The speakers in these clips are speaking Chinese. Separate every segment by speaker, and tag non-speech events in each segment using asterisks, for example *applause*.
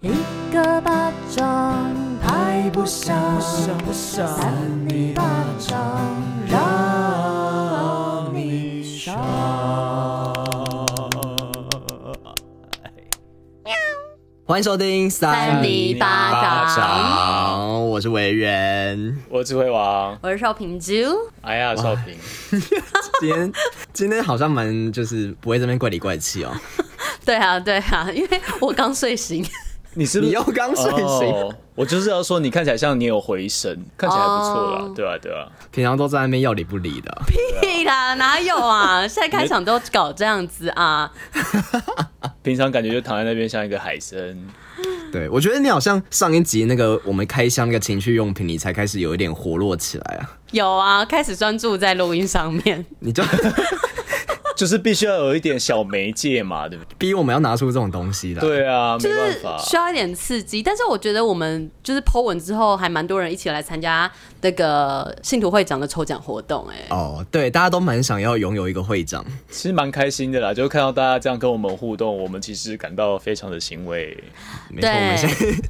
Speaker 1: 一个巴掌拍不响，
Speaker 2: 不想
Speaker 1: 扇你巴掌让你爽。
Speaker 3: 欢迎收听
Speaker 1: 三
Speaker 3: 里
Speaker 1: 里巴掌
Speaker 3: 掌，我是维园。
Speaker 2: 我智慧王，
Speaker 1: 我是邵平啾，
Speaker 2: 哎呀，少平，
Speaker 3: 今天 *laughs* 今天好像蛮就是不会这边怪里怪气哦，
Speaker 1: 对啊对啊，因为我刚睡醒，
Speaker 2: 你是不
Speaker 3: 你
Speaker 2: 是
Speaker 3: 又刚睡醒，
Speaker 2: 哦我就是要说，你看起来像你有回神，看起来还不错啦
Speaker 1: 哦，
Speaker 2: 对啊，对啊，
Speaker 3: 平常都在那边要理不理的。
Speaker 1: *laughs* 屁啦，哪有啊？现在开场都搞这样子啊？
Speaker 2: 平常感觉就躺在那边像一个海参， *laughs*
Speaker 3: 对，我觉得你好像上一集那个我们开箱那个情趣用品，你才开始有一点活络起来啊。
Speaker 1: 有啊，开始专注在录音上面。
Speaker 3: 你就 *laughs*
Speaker 2: 就是必须要有一点小媒介嘛，对不对？
Speaker 3: 逼我们要拿出这种东西来。，
Speaker 2: 对啊，没
Speaker 1: 就
Speaker 2: 办
Speaker 1: 是
Speaker 2: 法，
Speaker 1: 需要一点刺激，但是我觉得我们就是 Po 文之后，还蛮多人一起来参加那个信徒会长的抽奖活动、哎， *laughs*
Speaker 3: 哦，对，大家都蛮想要拥有一个会长。
Speaker 2: 其实蛮开心的啦，就看到大家这样跟我们互动，我们其实感到非常的欣慰。
Speaker 3: 没错，
Speaker 1: 对
Speaker 3: 我们现在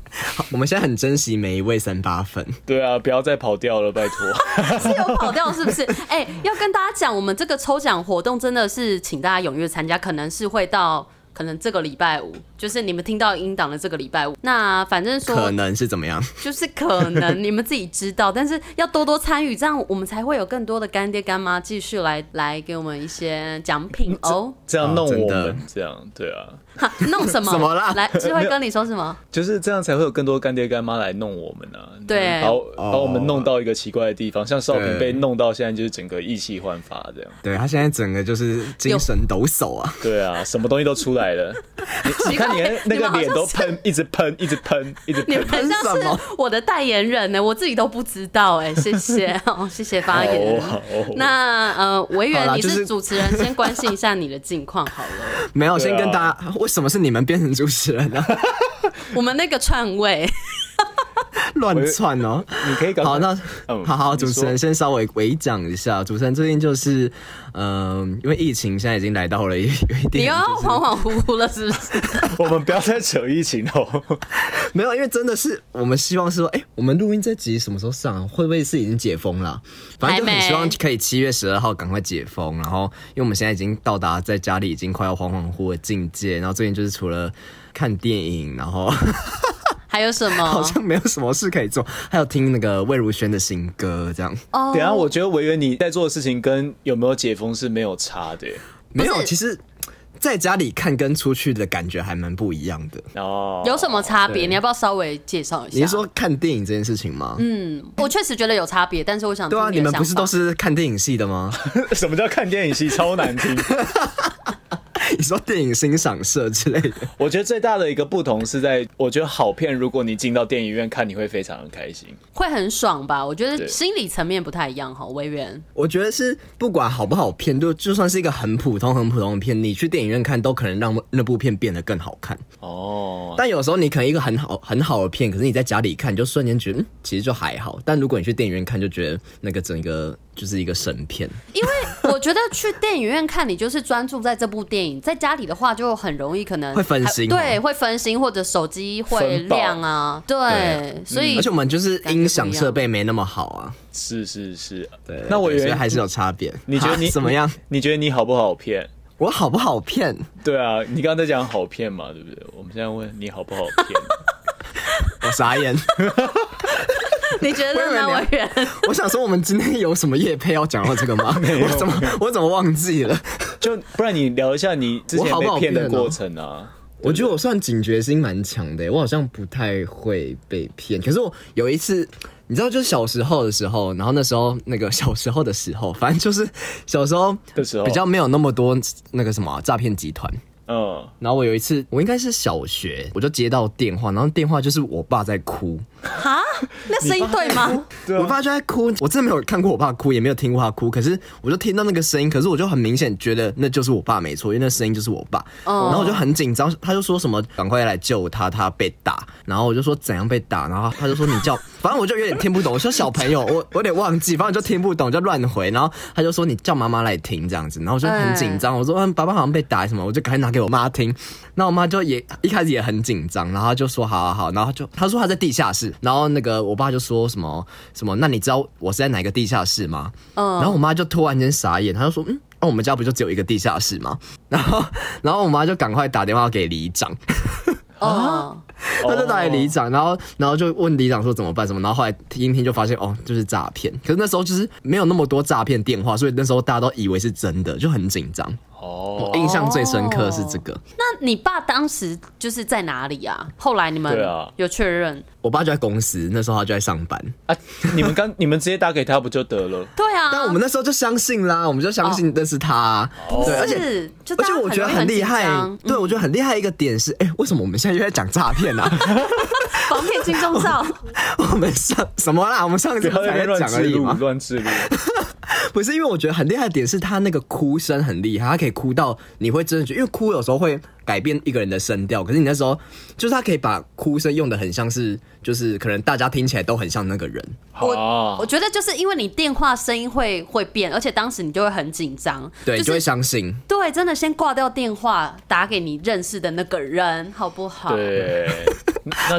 Speaker 3: *laughs* 我们现在很珍惜每一位三八粉。
Speaker 2: 对啊，不要再跑掉了，拜托。
Speaker 1: 是有跑掉是不是？哎、要跟大家讲，我们这个抽奖活动真的是请大家踊跃参加，可能是会到可能这个礼拜五，就是你们听到音档的这个礼拜五。那反正
Speaker 3: 可
Speaker 1: 说
Speaker 3: 能是怎么样？
Speaker 1: 就是可能你们自己知道，但是要多多参与，这样我们才会有更多的干爹干妈继续来来给我们一些奖品哦。
Speaker 2: 这样弄
Speaker 3: 哦真
Speaker 2: 我
Speaker 3: 的
Speaker 2: 们，这样对啊，
Speaker 1: 哈弄什么？
Speaker 3: 怎么啦
Speaker 1: 来，智
Speaker 3: *laughs*
Speaker 1: 慧跟你说什么？
Speaker 2: 就是这样才会有更多干爹干妈来弄我们啊，
Speaker 1: 对
Speaker 2: 把我
Speaker 3: 哦
Speaker 2: 把我们弄到一个奇怪的地方，像少平被弄到现在就是整个意气焕发这样，
Speaker 3: 对他现在整个就是精神抖擞啊。
Speaker 2: 对啊，什么东西都出
Speaker 1: *laughs*
Speaker 2: 来了，你你看你的那
Speaker 1: 你们
Speaker 2: 个
Speaker 1: 好像
Speaker 2: 脸都喷，一直喷，一直喷，一直
Speaker 1: 你
Speaker 2: 喷
Speaker 1: 们，很像
Speaker 3: 什么
Speaker 1: 是我的代言人呢，我自己都不知道哎、谢谢哦，谢谢发言。
Speaker 2: 哦哦
Speaker 1: 那呃，维
Speaker 3: 好
Speaker 1: 园，
Speaker 3: 啦
Speaker 1: 你
Speaker 3: 就是
Speaker 1: 是主持人，先关心一下你的近况好了。
Speaker 3: 没有，先
Speaker 2: 对啊
Speaker 3: 跟大家，为什么是你们变成主持人
Speaker 2: *laughs*
Speaker 3: 呢、
Speaker 1: 我们那个串位，
Speaker 3: 乱窜哦。
Speaker 2: 你可以搞
Speaker 3: 好，那
Speaker 2: 嗯
Speaker 3: 好好，
Speaker 2: 你
Speaker 3: 主
Speaker 2: 说
Speaker 3: 持人先稍微微讲一下。主持人最近就是，嗯、因为疫情现在已经来到了一有一
Speaker 1: 你
Speaker 3: 点
Speaker 1: 又
Speaker 3: 就是、
Speaker 1: 恍恍惚惚了是不是？
Speaker 2: 我们不要再扯疫情哦，
Speaker 3: 没有，因为真的是我们希望是说，哎、我们录音这集什么时候上啊、会不会是已经解封了啊、反正就
Speaker 1: 还
Speaker 3: 很
Speaker 1: 没
Speaker 3: 希望可以七月十二号赶快解封。然后，因为我们现在已经到达在家里已经快要恍恍惚惚的境界。然后最近就是除了看电影，然后 *laughs*
Speaker 1: 还有什
Speaker 3: 好
Speaker 1: 么？
Speaker 3: 像没有什么事可以做，还有听那个魏如萱的新歌，这样
Speaker 1: 哦
Speaker 2: 等一下我觉得委员你在做的事情跟有没有解封是没有差的耶
Speaker 3: 没有。其实在家里看跟出去的感觉还蛮不一样的。
Speaker 2: 哦，
Speaker 1: 有什么差别？
Speaker 3: 对
Speaker 1: 你要不要稍微介绍一下？
Speaker 3: 你是说看电影这件事情吗？嗯，
Speaker 1: 我确实觉得有差别，但是我想
Speaker 3: 对啊，
Speaker 1: 听
Speaker 3: 你
Speaker 1: 的
Speaker 3: 们不
Speaker 1: 想
Speaker 3: 是
Speaker 1: 法
Speaker 3: 都是看电影系的吗？
Speaker 2: *laughs* 什么叫看电影戏超难听？
Speaker 3: 你说电影欣赏社之类的，
Speaker 2: 我觉得最大的一个不同是在，我觉得好片，如果你进到电影院看，你会非常的开心。
Speaker 1: 会很爽吧？我觉得
Speaker 2: 对
Speaker 1: 心理层面不太一样哈。维园，
Speaker 3: 我觉得是不管好不好片，就就算是一个很普通、很普通的片，你去电影院看都可能让那部片变得更好看。
Speaker 2: 哦，
Speaker 3: 但有时候你可能一个很好很好的片，可是你在家里看，你就瞬间觉得、嗯、其实就还好。但如果你去电影院看，就觉得那个整个就是一个神片。*laughs*
Speaker 1: 因为我觉得去电影院看，你就是专注在这部电影，在家里的话就很容易可能
Speaker 3: 会分心哦
Speaker 1: 还对，会分心或者手机会
Speaker 2: 分爆
Speaker 1: 亮啊，对，所以
Speaker 3: 而且我们就是
Speaker 1: 感觉不
Speaker 3: 音响设备没那么好啊。
Speaker 2: 是是是，
Speaker 3: 对，
Speaker 2: 那我
Speaker 3: 呃对
Speaker 2: 以
Speaker 3: 所以
Speaker 2: 为
Speaker 3: 还是有差别。
Speaker 2: 你
Speaker 3: *laughs*
Speaker 2: 觉得你
Speaker 3: 哈怎么样？？
Speaker 2: 你你觉得你好不好骗？
Speaker 3: 我好不好骗？
Speaker 2: 对啊，你刚刚在讲好骗嘛，对不对？我们现在问你好不好骗？
Speaker 3: 我傻 *laughs* 眼。
Speaker 1: *laughs* 你觉得
Speaker 3: *laughs*
Speaker 1: 呢，
Speaker 3: 我以为
Speaker 1: 委员？
Speaker 3: 我想说，我们今天有什么夜配要讲到这个 *laughs* 吗？我怎么我怎么忘记了？
Speaker 2: 就不然你聊一下你之前
Speaker 3: 我好不好
Speaker 2: 被骗的
Speaker 3: 骗哦
Speaker 2: 过程啊。
Speaker 3: 我觉得我算警觉心蛮强的耶，我好像不太会被骗。可是我有一次，你知道，就是小时候的时候，然后那时候那个小时候的时候，反正就是小时候
Speaker 2: 的时候
Speaker 3: 比较没有那么多那个什么啊诈骗集团。
Speaker 2: 嗯，
Speaker 3: 然后我有一次，我应该是小学，我就接到电话，然后电话就是我爸在哭，
Speaker 1: 哈，那声音对吗？
Speaker 2: 对啊
Speaker 3: 我爸就在哭，我真的没有看过我爸哭，也没有听过他哭，可是我就听到那个声音，可是我就很明显觉得那就是我爸没错，因为那声音就是我爸。
Speaker 1: 哦
Speaker 3: 然后我就很紧张，他就说什么赶快来救他，他被打。然后我就说怎样被打，然后他就说你叫，反正我就有点听不懂。我说小朋友，我我有点忘记，反正我就听不懂，就乱回。然后他就说你叫妈妈来听这样子，然后我就很紧张，我说嗯，爸爸好像被打什么，我就赶紧拿给我妈听。那我妈就也一开始也很紧张，然后她就说好好好，然后她就她说她在地下室，然后那个我爸就说什么什么，那你知道我是在哪个地下室吗？
Speaker 1: 嗯
Speaker 3: 然后我妈就突然间傻眼，她就说嗯。那、我们家不就只有一个地下室吗？ *laughs* 然后，然后我妈就赶快打电话给里长，啊
Speaker 1: 哦，
Speaker 3: 她就打给里长，然后，然后就问里长说怎么办什么，然后后来听一听就发现哦，就是诈骗。可是那时候就是没有那么多诈骗电话，所以那时候大家都以为是真的，就很紧张。
Speaker 2: 哦，
Speaker 3: 我印象最深刻是这个，
Speaker 1: 那你爸当时就是在哪里啊？后来你们
Speaker 2: 对啊
Speaker 1: 有确认？
Speaker 3: 我爸就在公司，那时候他就在上班，
Speaker 2: 啊，你们刚你们直接打给他不就
Speaker 3: *laughs*
Speaker 2: 得了？
Speaker 1: 对啊，哦
Speaker 3: 但我们那时候就相信啦，我们就相信那是他啊、对，而且。
Speaker 1: 是，就
Speaker 3: 而
Speaker 1: 大
Speaker 3: 且
Speaker 1: 家
Speaker 3: 我觉得
Speaker 1: 容易很
Speaker 3: 厉
Speaker 1: 紧
Speaker 3: 害
Speaker 1: 张，嗯
Speaker 3: 对我觉得很厉害一个点是，哎、为什么我们现在又在讲诈骗呢？
Speaker 1: 防骗金钟罩，
Speaker 3: *laughs* 我们上什么啦？我们上一
Speaker 2: 不
Speaker 3: 次
Speaker 2: 要在那
Speaker 3: 才
Speaker 2: 边
Speaker 3: 在
Speaker 2: 乱
Speaker 3: 讲而
Speaker 2: 植
Speaker 3: 已
Speaker 2: 入，
Speaker 3: 嘛。
Speaker 2: 乱植入。
Speaker 3: 不是，因为我觉得很厉害的点是他那个哭声很厉害，他可以哭到你会真的觉得，因为哭有时候会改变一个人的声调，可是你那时候就是他可以把哭声用的很像是，就是可能大家听起来都很像那个人。哦
Speaker 1: 我
Speaker 2: 好
Speaker 1: 我，觉得就是因为你电话声音会会变，而且当时你就会很紧张，
Speaker 3: 对，你
Speaker 1: 就
Speaker 3: 就会
Speaker 1: 是
Speaker 3: 相信。
Speaker 1: 对，真的先挂掉电话，打给你认识的那个人，好不好？
Speaker 2: 对，那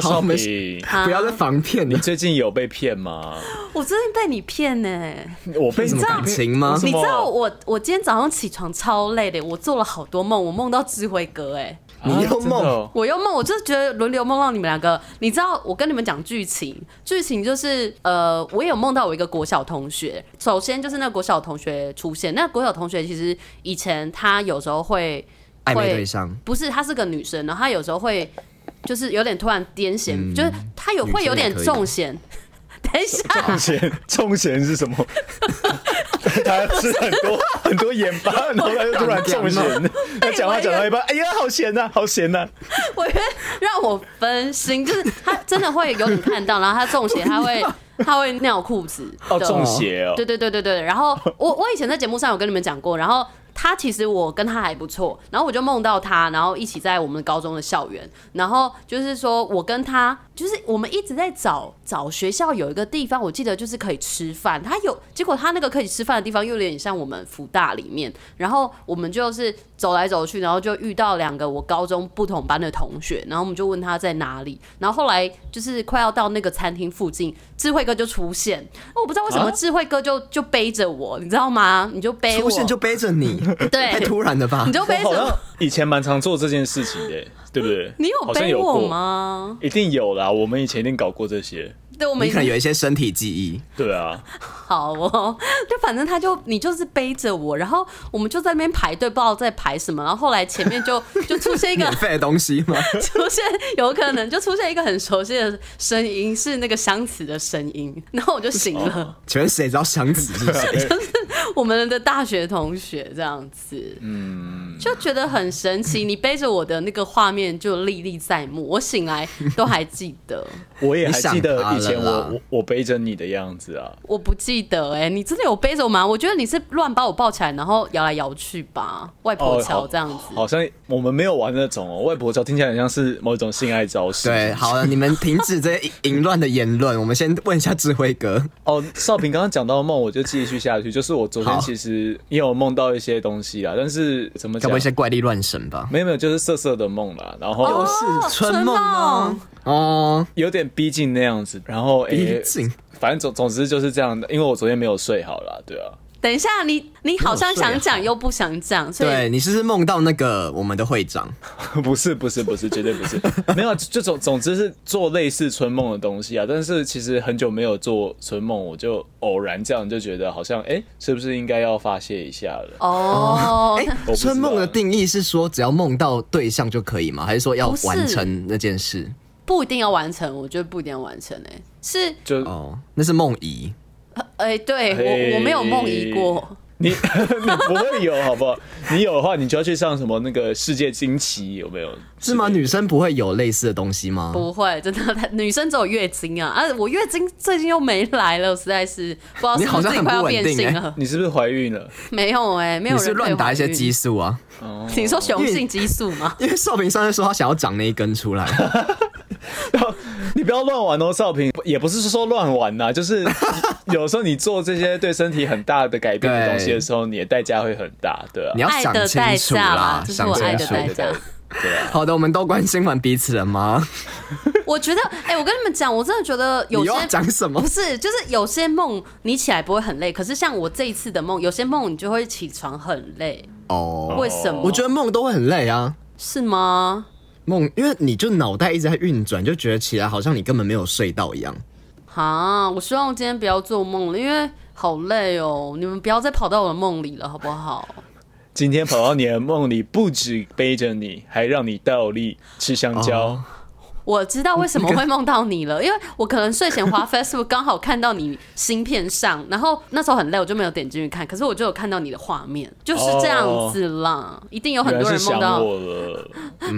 Speaker 3: *laughs* 好
Speaker 2: 少
Speaker 3: 没
Speaker 2: 平，
Speaker 1: 啊
Speaker 3: 不要再防骗
Speaker 2: 你
Speaker 3: 了，
Speaker 2: 最近有被骗吗？
Speaker 1: 我真的被你骗呢、
Speaker 2: 我被
Speaker 3: 有什么感情吗？
Speaker 2: 什
Speaker 1: 你
Speaker 2: 么
Speaker 1: 知道我我今天早上起床超累的，我做了好多梦，我梦到智慧哥哎、
Speaker 3: 你又
Speaker 2: 真的哦
Speaker 1: 我又梦，我就是觉得轮流梦到你们两个。你知道，我跟你们讲剧情，剧情就是呃，我也有梦到我一个国小同学。首先就是那个国小同学出现，那个国小同学其实以前他有时候会
Speaker 3: 暧昧
Speaker 1: 会
Speaker 3: 对象
Speaker 1: 不是，她是个女生，然后她有时候会就是有点突然癫痫，就是她有
Speaker 3: 嗯女生
Speaker 1: 会有
Speaker 3: 也
Speaker 1: 点
Speaker 3: 可以
Speaker 1: 中邪。等一下， *laughs*
Speaker 2: 重咸，重咸是什么？ *laughs* 他吃很多 *laughs* 很多盐巴，然后他就突然重咸。
Speaker 1: *laughs*
Speaker 2: 他讲话讲到一半，哎呀，好咸呐、好咸呐、啊
Speaker 1: 我觉得让我分心，就是她真的会有点看到，然后她中邪，她会她会尿裤子。
Speaker 2: 哦，
Speaker 1: 对
Speaker 2: 中邪哦
Speaker 1: 对，对对对对。然后我我以前在节目上有跟你们讲过，然后他其实我跟他还不错，然后我就梦到他，然后一起在我们高中的校园，然后就是说我跟他就是我们一直在找找学校有一个地方，我记得就是可以吃饭，他有结果他那个可以吃饭的地方又有点像我们福大里面，然后我们就是走来走去，然后就遇到两个我高中不同班的同学，然后我们就问他在哪里，然后后来就是快要到那个餐厅附近，智慧哥就出现，哦我不知道为什么
Speaker 2: 啊
Speaker 1: 智慧哥就就背着我，你知道吗？你就哎背我，
Speaker 3: 出现就背着你，
Speaker 1: 对
Speaker 3: 太突然了吧
Speaker 1: 你？就背着
Speaker 2: 哦好像
Speaker 1: 我，
Speaker 2: 以前蛮常做这件事情的，对不对？
Speaker 1: 你
Speaker 2: 好
Speaker 1: 有
Speaker 2: 像
Speaker 1: 背我
Speaker 2: 过？
Speaker 1: 吗？
Speaker 2: 一定有啦，我们以前一定搞过这些。
Speaker 1: 对，我们
Speaker 3: 你
Speaker 1: 已
Speaker 3: 可能
Speaker 1: 经
Speaker 3: 有一些身体记忆，
Speaker 2: 对啊，
Speaker 1: 好哦，就反正他就你就是背着我，然后我们就在那边排队，不知道在排什么，然后后来前面就就出现一个
Speaker 3: 免费的东西
Speaker 1: *laughs*
Speaker 3: 吗？
Speaker 1: 出现有可能就出现一个很熟悉的声音，是那个湘慈的声音，然后我就醒了，
Speaker 3: 请问谁知道祥子是谁？
Speaker 1: *laughs* 我们的大学同学这样子，
Speaker 2: 嗯，
Speaker 1: *laughs* 就觉得很神奇。你背着我的那个画面就历历在目，我醒来都还记得，
Speaker 2: 我也还记得
Speaker 3: 你想他了啦
Speaker 2: 以前我我我背着你的样子啊。
Speaker 1: 我不记得哎、你真的有背着我吗？我觉得你是乱把我抱起来，然后摇来摇去吧，
Speaker 3: 哦
Speaker 1: 外婆桥
Speaker 2: 好
Speaker 1: 这样子。
Speaker 2: 好像我们没有玩那种哦，外婆桥听起来很像是某一种性爱招式。
Speaker 3: 对，好了，你们停止这些淫乱的言论。我们先问一下智慧哥，
Speaker 2: 哦，少平刚刚讲到梦，我就继续下去。就是我昨天
Speaker 3: 好
Speaker 2: 其实也有梦到一些东西啦，但是怎么
Speaker 3: 该
Speaker 2: 讲
Speaker 3: 不？会是怪力乱神吧？
Speaker 2: 没有没有，就是色色的梦啦，然后
Speaker 1: 哦
Speaker 3: 是春梦吗？哦，
Speaker 2: 有点逼近那样子，然后诶，
Speaker 3: 逼近
Speaker 2: 反正总总之就是这样的。因为我昨天没有睡好啦，对啊，
Speaker 1: 等一下，你你好像想
Speaker 3: 没有睡
Speaker 1: 讲又不想讲，所以
Speaker 3: 对你是不是梦到那个我们的会长？
Speaker 2: *laughs* 不是不是不是，绝对不是，没有啊，就总总之是做类似春梦的东西啊。但是其实很久没有做春梦，我就偶然这样就觉得好像诶，是不是应该要发泄一下了？
Speaker 1: 哦，
Speaker 3: 哎、
Speaker 2: 不知道
Speaker 3: 春梦的定义是说只要梦到对象就可以吗？还是说要
Speaker 1: 不是
Speaker 3: 完成那件事？
Speaker 1: 不一定要完成，我觉得不一定要完成、欸，是，
Speaker 2: 就
Speaker 3: 哦哦，那是梦遗。
Speaker 1: 哎、对我我没有梦遗过，
Speaker 2: 你 *laughs* 你不会有好不好？你有的话，你就要去上什么那个世界惊奇有没有？
Speaker 3: 是吗？女生不会有类似的东西吗？
Speaker 1: 不会，真的，女生只有月经啊啊！我月经最近又没来了，我实在是不知道
Speaker 3: 你
Speaker 1: 是
Speaker 3: 好
Speaker 1: 不
Speaker 3: 像
Speaker 1: 是自己
Speaker 3: 很
Speaker 1: 快要
Speaker 3: 不稳
Speaker 1: 变
Speaker 3: 定
Speaker 1: 性
Speaker 3: 欸
Speaker 1: 了。
Speaker 2: 你是不是怀孕了？ *laughs*
Speaker 1: 没有哎、没有
Speaker 3: 你
Speaker 1: 人
Speaker 3: 是乱打一些
Speaker 1: 会怀孕
Speaker 3: 激。素啊？
Speaker 1: 你说雄性激素吗？
Speaker 3: 因为少平上次说他想要长那一根出来，
Speaker 2: 你不要乱玩哦，少平，也不是说乱玩呐、就是有时候你做这些对身体很大的改变的东西的时候，你的代价会很大，对啊
Speaker 3: 你。要
Speaker 1: 爱
Speaker 3: 想
Speaker 1: 的
Speaker 3: 清
Speaker 1: 代
Speaker 3: 楚
Speaker 1: 价啦
Speaker 3: 啦，
Speaker 1: 这是
Speaker 3: 想
Speaker 1: 我爱
Speaker 3: 清
Speaker 1: 的
Speaker 3: 楚。
Speaker 1: 代价。
Speaker 3: 好的，我们都关心完彼此了吗？
Speaker 1: *laughs* 我觉得，哎、我跟你们讲，我真的觉得有
Speaker 3: 你又
Speaker 1: 些
Speaker 3: 要讲什么
Speaker 1: 不？是，就是有些梦你起来不会很累，可是像我这一次的梦，有些梦你就会起床很累，
Speaker 3: 哦，
Speaker 1: 为什么？
Speaker 3: 我觉
Speaker 1: 得
Speaker 3: 得梦都会很累啊。
Speaker 1: 是吗？
Speaker 3: 梦，因为你就脑袋一直在运转，就觉得起来好像你根本没有睡到一样。
Speaker 1: 啊，我希望我今天不要做梦了，因为好累哦。你们不要再跑到我的梦里了，好不好？
Speaker 2: 今天跑到你的梦里，不止背着你，还让你倒立吃香蕉。
Speaker 3: 哦
Speaker 1: 我知道为什么会梦到你了，因为我可能睡前滑 Facebook 刚好看到你芯片上，然后那时候很累，我就没有点进去看，可是我就有看到你的画面，就是这样子啦。一定有很
Speaker 2: 哦原
Speaker 1: 多
Speaker 2: 来是
Speaker 1: 人梦
Speaker 2: 想
Speaker 1: 到，
Speaker 2: 我了，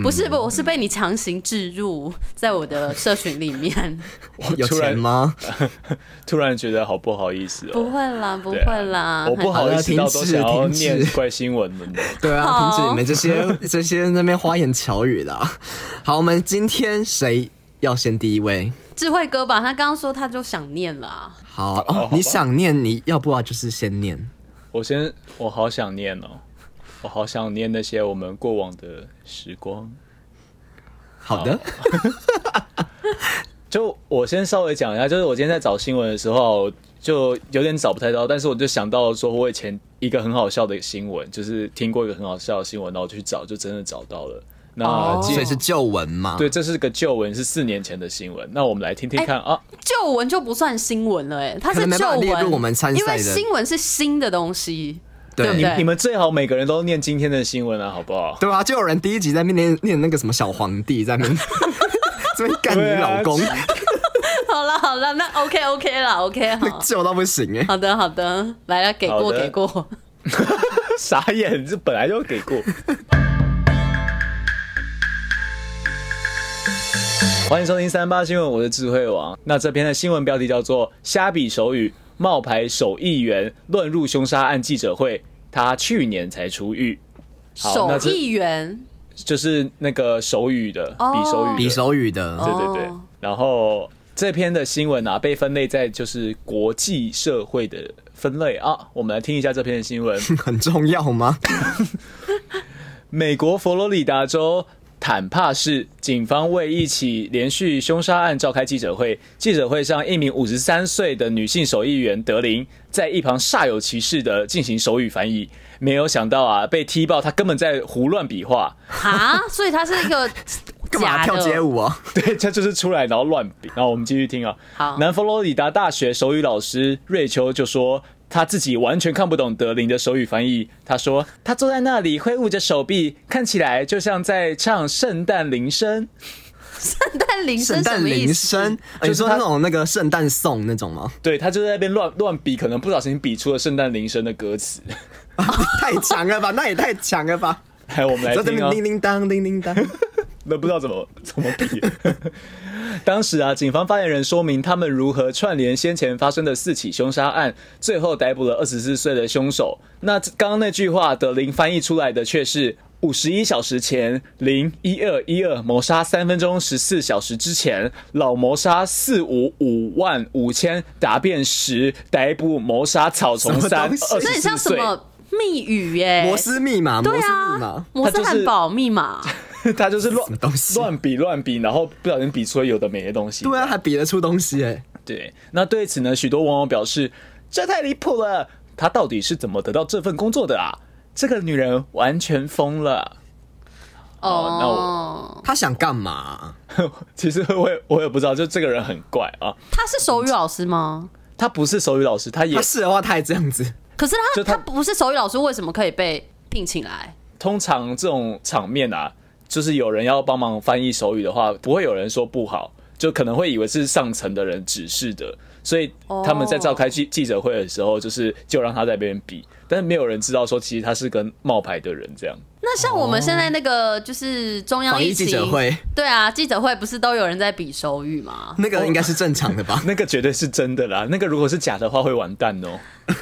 Speaker 1: 不是不，我是被你强行置入在我的社群里面。 *laughs*
Speaker 3: 有
Speaker 2: 突然
Speaker 3: 钱吗？
Speaker 2: 突然觉得好不好意思
Speaker 1: 不
Speaker 2: 哦。
Speaker 1: 会啦，不
Speaker 2: 对
Speaker 1: 会
Speaker 2: 啊
Speaker 1: 啦，
Speaker 2: 我不好意思到都想
Speaker 3: 好
Speaker 2: 要
Speaker 3: 了停止
Speaker 2: 念
Speaker 3: 停止
Speaker 2: 怪新闻了呢。
Speaker 3: 对啊，
Speaker 1: 好
Speaker 3: 停止你们这些这些那边花言巧语的啊、好，我们今天谁要先第一位？
Speaker 1: 智慧哥吧，他刚刚说他就想念了啊，
Speaker 3: 好
Speaker 2: 好
Speaker 3: 哦
Speaker 2: 吧，
Speaker 3: 你想念你要不啊，就是先念。
Speaker 2: 我先，我好想念哦，我好想念那些我们过往的时光。
Speaker 3: 好的，
Speaker 2: 就我先稍微讲一下，就是我今天在找新闻的时候，就有点找不太到，但是我就想到说，我以前一个很好笑的新闻，就是听过一个很好笑的新闻，然后我就去找，就真的找到了。那
Speaker 1: 哦
Speaker 2: 今
Speaker 3: 所以是旧闻
Speaker 1: 啊
Speaker 3: 嘛？
Speaker 2: 对，，这是个旧闻，是四年前的新闻。那我们来听听
Speaker 1: 哎
Speaker 2: 看、啊，
Speaker 1: 旧闻就不算新闻了、欸，哎，它
Speaker 3: 可
Speaker 1: 是
Speaker 3: 能没
Speaker 1: 旧
Speaker 3: 办法列
Speaker 1: 闻，
Speaker 3: 入我们参赛
Speaker 1: 因为
Speaker 3: 的
Speaker 1: 新闻是新的东西， *laughs*
Speaker 3: 对
Speaker 1: 不
Speaker 2: 你
Speaker 1: 对？
Speaker 2: 你们最好每个人都念今天的新闻啊，好不
Speaker 1: *laughs*
Speaker 2: 好？
Speaker 3: 对啊，就有人第一集在那边念念那个什么小皇帝在那
Speaker 2: *laughs*
Speaker 3: 边这边干你
Speaker 2: 对啊
Speaker 3: 老公，，
Speaker 1: 好了好了，那 OK OK 啦，OK 好
Speaker 2: 啊
Speaker 3: *laughs* 旧到不行哎。
Speaker 1: 好的好的，来了，给
Speaker 2: 好
Speaker 1: 过
Speaker 2: 的
Speaker 1: 给过，
Speaker 2: 傻眼，这本来就给过。欢迎收听三八新闻，我是智慧王。那这篇的新闻标题叫做《虾比手语冒牌手议员乱入凶杀案记者会》，他去年才出狱，好
Speaker 1: 手
Speaker 2: 那这
Speaker 1: 艺员
Speaker 2: 就是那个手语的，
Speaker 1: 哦
Speaker 2: 比手语的，
Speaker 3: 比手语的
Speaker 2: 对对对
Speaker 1: 哦。
Speaker 2: 然后这篇的新闻啊，被分类在就是国际社会的分类啊。我们来听一下这篇的新闻。
Speaker 3: 很重要吗？
Speaker 2: 美国佛罗里达州坦帕市警方为一起连续凶杀案召开记者会。记者会上，一名五十三岁的女性手艺员德林在一旁煞有其事的进行手语翻译。没有想到啊，被踢爆，她根本在胡乱比划。
Speaker 1: 啊，所以它是一个
Speaker 3: *laughs* 干嘛
Speaker 1: 假
Speaker 3: 跳
Speaker 1: 的
Speaker 3: 街舞啊？
Speaker 2: *laughs* 对，她就是出来然后乱比。然后我们继续听啊。
Speaker 1: 好
Speaker 2: 南佛罗里达大学手语老师瑞秋就说。他自己完全看不懂德林的手语翻译。他说：“他坐在那里挥舞着手臂，看起来就像在唱圣诞铃声。”
Speaker 1: 圣诞铃声
Speaker 3: 圣
Speaker 1: 什
Speaker 3: 诞
Speaker 1: 么意
Speaker 3: 铃
Speaker 1: 思？
Speaker 3: 声，呃
Speaker 2: 就
Speaker 3: 你
Speaker 2: 是
Speaker 3: 说
Speaker 2: 他
Speaker 3: 那种那个圣诞颂那种
Speaker 1: *laughs*
Speaker 3: 吗？
Speaker 2: 对他就在那边乱乱比，可能不小心比出了圣诞铃声的歌词。 *laughs*
Speaker 3: 太强了吧，那也太强了吧！
Speaker 2: 来，我们来
Speaker 3: 在这
Speaker 2: 听啊
Speaker 3: 边，叮叮当，叮叮当。
Speaker 2: 那不知道怎么 *laughs* 怎么比。当时啊，警方发言人说明他们如何串联先前发生的四起凶杀案，最后逮捕了二十四岁的凶手。那刚刚那句话，德林翻译出来的却是。五十一小时前，零一二一二谋杀三分钟十四小时之前，老谋杀四五五万五千答辩十逮捕谋杀草丛
Speaker 3: 什么
Speaker 2: 三
Speaker 3: 东西
Speaker 2: 二
Speaker 1: 那很
Speaker 2: 十
Speaker 1: 像
Speaker 2: 四
Speaker 1: 什
Speaker 2: 岁。
Speaker 1: 么密语耶、
Speaker 3: 摩斯密码，摩
Speaker 1: 对
Speaker 3: 斯密
Speaker 1: 啊
Speaker 3: 码，，
Speaker 1: 摩
Speaker 2: 它
Speaker 1: 斯
Speaker 2: 就是
Speaker 1: 汉堡密码，
Speaker 2: *laughs* 他就是乱
Speaker 3: 什么东西
Speaker 2: 乱比乱比，然后不小心比出了有的没的东西。
Speaker 3: 对啊，还比得出东西哎。
Speaker 2: 对那对此呢，许多网友表示这太离谱了，她到底是怎么得到这份工作的啊？这个女人完全疯了。 *laughs* 哦那
Speaker 1: 哦，
Speaker 3: 他想干嘛？
Speaker 2: 其实我也我也不知道，就这个人很怪啊。
Speaker 1: 他是手语老师吗？
Speaker 2: 她不是手语老师，她也
Speaker 3: 他是的话，他也这样子。
Speaker 1: 可是他
Speaker 2: 就他
Speaker 1: 他不是手语老师，为什么可以被聘请来？
Speaker 2: 通常这种场面啊，就是有人要帮忙翻译手语的话，不会有人说不好。就可能会以为是上层的人指示的，所以他们在召开记记者会的时候，就是就让他在那边比，但是没有人知道说其实他是跟冒牌的人这样。
Speaker 1: 那像我们现在那个就是中央
Speaker 3: 防疫
Speaker 1: 情
Speaker 3: 记者会，
Speaker 1: 对啊，记者会不是都有人在比手语吗？
Speaker 3: 那个应该是正常的吧？
Speaker 2: *laughs* 那个绝对是真的啦，那个如果是假的话会完蛋哦、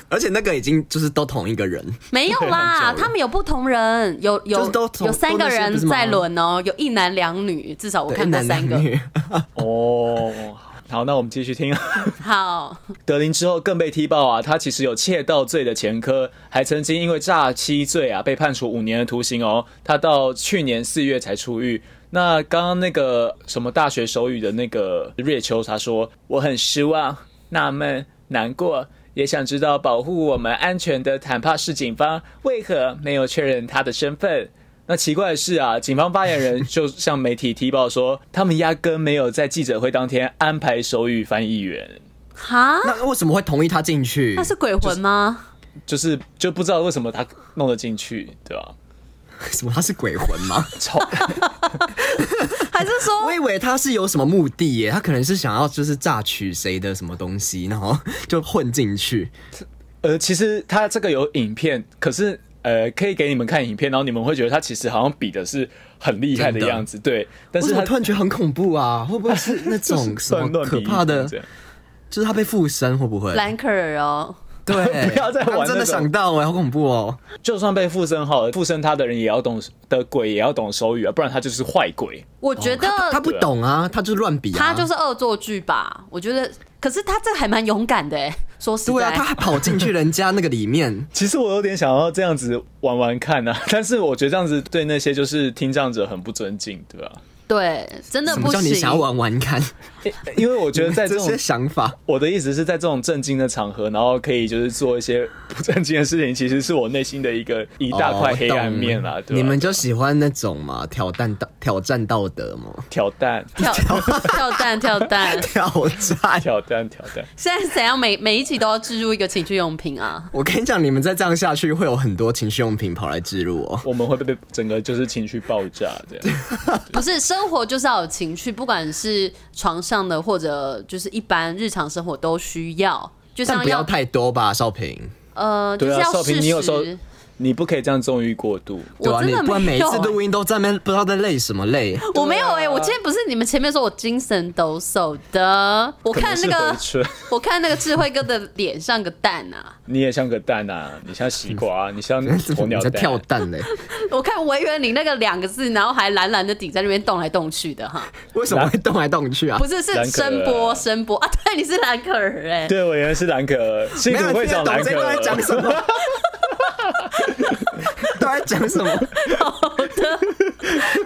Speaker 3: 而且那个已经就是都同一个人，
Speaker 1: 没有
Speaker 3: *laughs*
Speaker 1: 啦，他们有不同人，有
Speaker 3: 就
Speaker 1: 有
Speaker 3: 是都同
Speaker 1: 有三个
Speaker 3: 都那些不
Speaker 1: 人
Speaker 3: 是吗
Speaker 1: 在轮哦，有一男两女，至少我
Speaker 3: 对，
Speaker 1: 看
Speaker 3: 一
Speaker 1: 过
Speaker 3: 男
Speaker 1: 三个 *laughs*
Speaker 3: 两。女。
Speaker 2: 哦，好，那我们继续听。
Speaker 1: 好，
Speaker 2: 德林之后更被踢爆啊，他其实有窃盗罪的前科，还曾经因为诈欺罪啊被判处五年的徒刑哦。他到去年四月才出狱。那刚刚那个什么大学手语的那个瑞秋，他说我很失望、纳闷、难过，也想知道保护我们安全的坦帕市警方为何没有确认他的身份。那奇怪的是啊，警方发言人就向媒体踢爆说，他们压根没有在记者会当天安排手语翻译员。
Speaker 1: 哈，
Speaker 3: 那为什么会同意他进去
Speaker 1: 那？是鬼魂吗？
Speaker 2: 就是就不知道为什么他弄得进去，对吧、
Speaker 3: *laughs* 什么？他是鬼魂
Speaker 1: *laughs*
Speaker 3: 吗？
Speaker 2: 超 *laughs*
Speaker 1: 还是说
Speaker 3: 我以为他是有什么目的耶，他可能是想要就是榨取谁的什么东西，然后 *laughs* 就混进去。
Speaker 2: 呃，其实他这个有影片，可是呃，可以给你们看影片，然后你们会觉得他其实好像比的是很厉害的
Speaker 3: 真的
Speaker 2: 样子，对。但
Speaker 3: 为什
Speaker 2: 是他
Speaker 3: 么突然觉得很恐怖啊？会不会是那
Speaker 2: *laughs*
Speaker 3: 种什么
Speaker 2: 乱乱比
Speaker 3: 可
Speaker 2: 一
Speaker 3: 怕的
Speaker 2: 通这？样
Speaker 3: 就是他被附身会不会？
Speaker 1: 兰可儿哦？
Speaker 3: 对，
Speaker 2: *laughs* 不要再玩
Speaker 3: 我真
Speaker 2: 那
Speaker 3: 的
Speaker 2: 种
Speaker 3: 想到哎，好恐怖哦！
Speaker 2: 就算被附身好了，附身他的人也要懂的鬼也要懂手语啊，不然他就是坏鬼。，
Speaker 1: 我觉得
Speaker 3: 他不懂啊，他就乱比啊，
Speaker 1: 他就是恶作剧吧？我觉得，可是他这还蛮勇敢的哎，说实
Speaker 3: 对啊，
Speaker 1: 在
Speaker 3: 他，还跑进去人家那个里
Speaker 1: *laughs*
Speaker 3: 面
Speaker 2: 其实我有点想要这样子玩玩看啊， *laughs* 但是我觉得这样子对那些就是听障者很不尊敬，对吧、
Speaker 1: 对，真的
Speaker 3: 什么
Speaker 1: 不
Speaker 3: 叫你
Speaker 1: 行
Speaker 3: 想。要玩玩看？
Speaker 2: 因为我觉得在这
Speaker 3: 这
Speaker 2: 种
Speaker 3: 些想法，
Speaker 2: 我的意思是在这种震惊的场合，然后可以就是做一些 *laughs* 不正经的事情，其实是我内心的一个一大块黑暗面啦，
Speaker 3: 哦懂
Speaker 2: 对吧？
Speaker 3: 你们就喜欢那种嘛，挑战道挑战道德嘛， *laughs*
Speaker 2: 挑战、
Speaker 1: 跳跳蛋跳蛋，
Speaker 3: 挑战。
Speaker 2: *laughs* 挑战、挑战，
Speaker 1: 现在是怎样？每每一集都要置入一个情趣用品啊？
Speaker 3: 我跟你讲，你们再这样下去，会有很多情绪用品跑来置入哦。
Speaker 2: 我们会被被整个就是情绪爆炸这样。
Speaker 1: 不是，生活就是要有情趣，不管是床上的或者就是一般日常生活都需要，就
Speaker 3: 但
Speaker 1: 像
Speaker 3: 不要太多吧，少平。
Speaker 1: 呃，就
Speaker 2: 对
Speaker 1: 是
Speaker 2: 啊
Speaker 1: 要
Speaker 2: 少平
Speaker 1: 适
Speaker 2: 你有时候
Speaker 1: 时。
Speaker 2: 你不可以这样纵欲过度，
Speaker 3: 对
Speaker 1: 我
Speaker 3: 啊，
Speaker 1: 真
Speaker 3: 你
Speaker 1: 的
Speaker 3: 不然
Speaker 1: 没
Speaker 3: 每一
Speaker 1: 有
Speaker 3: 次
Speaker 1: 欸
Speaker 3: 录音都在那边不知道在累什么累。
Speaker 1: *laughs* 我没有哎、
Speaker 2: 对啊
Speaker 1: 我今天不是你们前面说我精神抖擞的，我看那
Speaker 2: 可能是
Speaker 1: 个
Speaker 2: 回春
Speaker 1: *laughs* 我看那个智慧哥的脸像个蛋啊，
Speaker 2: 你也像个蛋啊，你像西瓜、啊，
Speaker 3: 嗯 *laughs*
Speaker 2: 你像鸵
Speaker 3: 你
Speaker 2: 鸟
Speaker 3: 在
Speaker 2: 蛋，
Speaker 3: 跳蛋嘞？
Speaker 1: 我看维园里那个两个字，然后还懒懒的顶在那边动来动去的哈，
Speaker 3: 为什么会动来动去啊
Speaker 1: 不？是是
Speaker 2: 兰可儿
Speaker 1: 声波声波啊，对，你是兰可儿哎、
Speaker 2: 对，我原来是兰可儿，新
Speaker 3: 没有
Speaker 2: 竹会
Speaker 3: 听得
Speaker 2: 长
Speaker 3: 懂
Speaker 2: 兰
Speaker 3: 这
Speaker 2: 可
Speaker 3: 段在
Speaker 2: 儿
Speaker 3: 讲。什么？
Speaker 2: *laughs*
Speaker 3: 都在讲
Speaker 1: *laughs*
Speaker 3: 什么？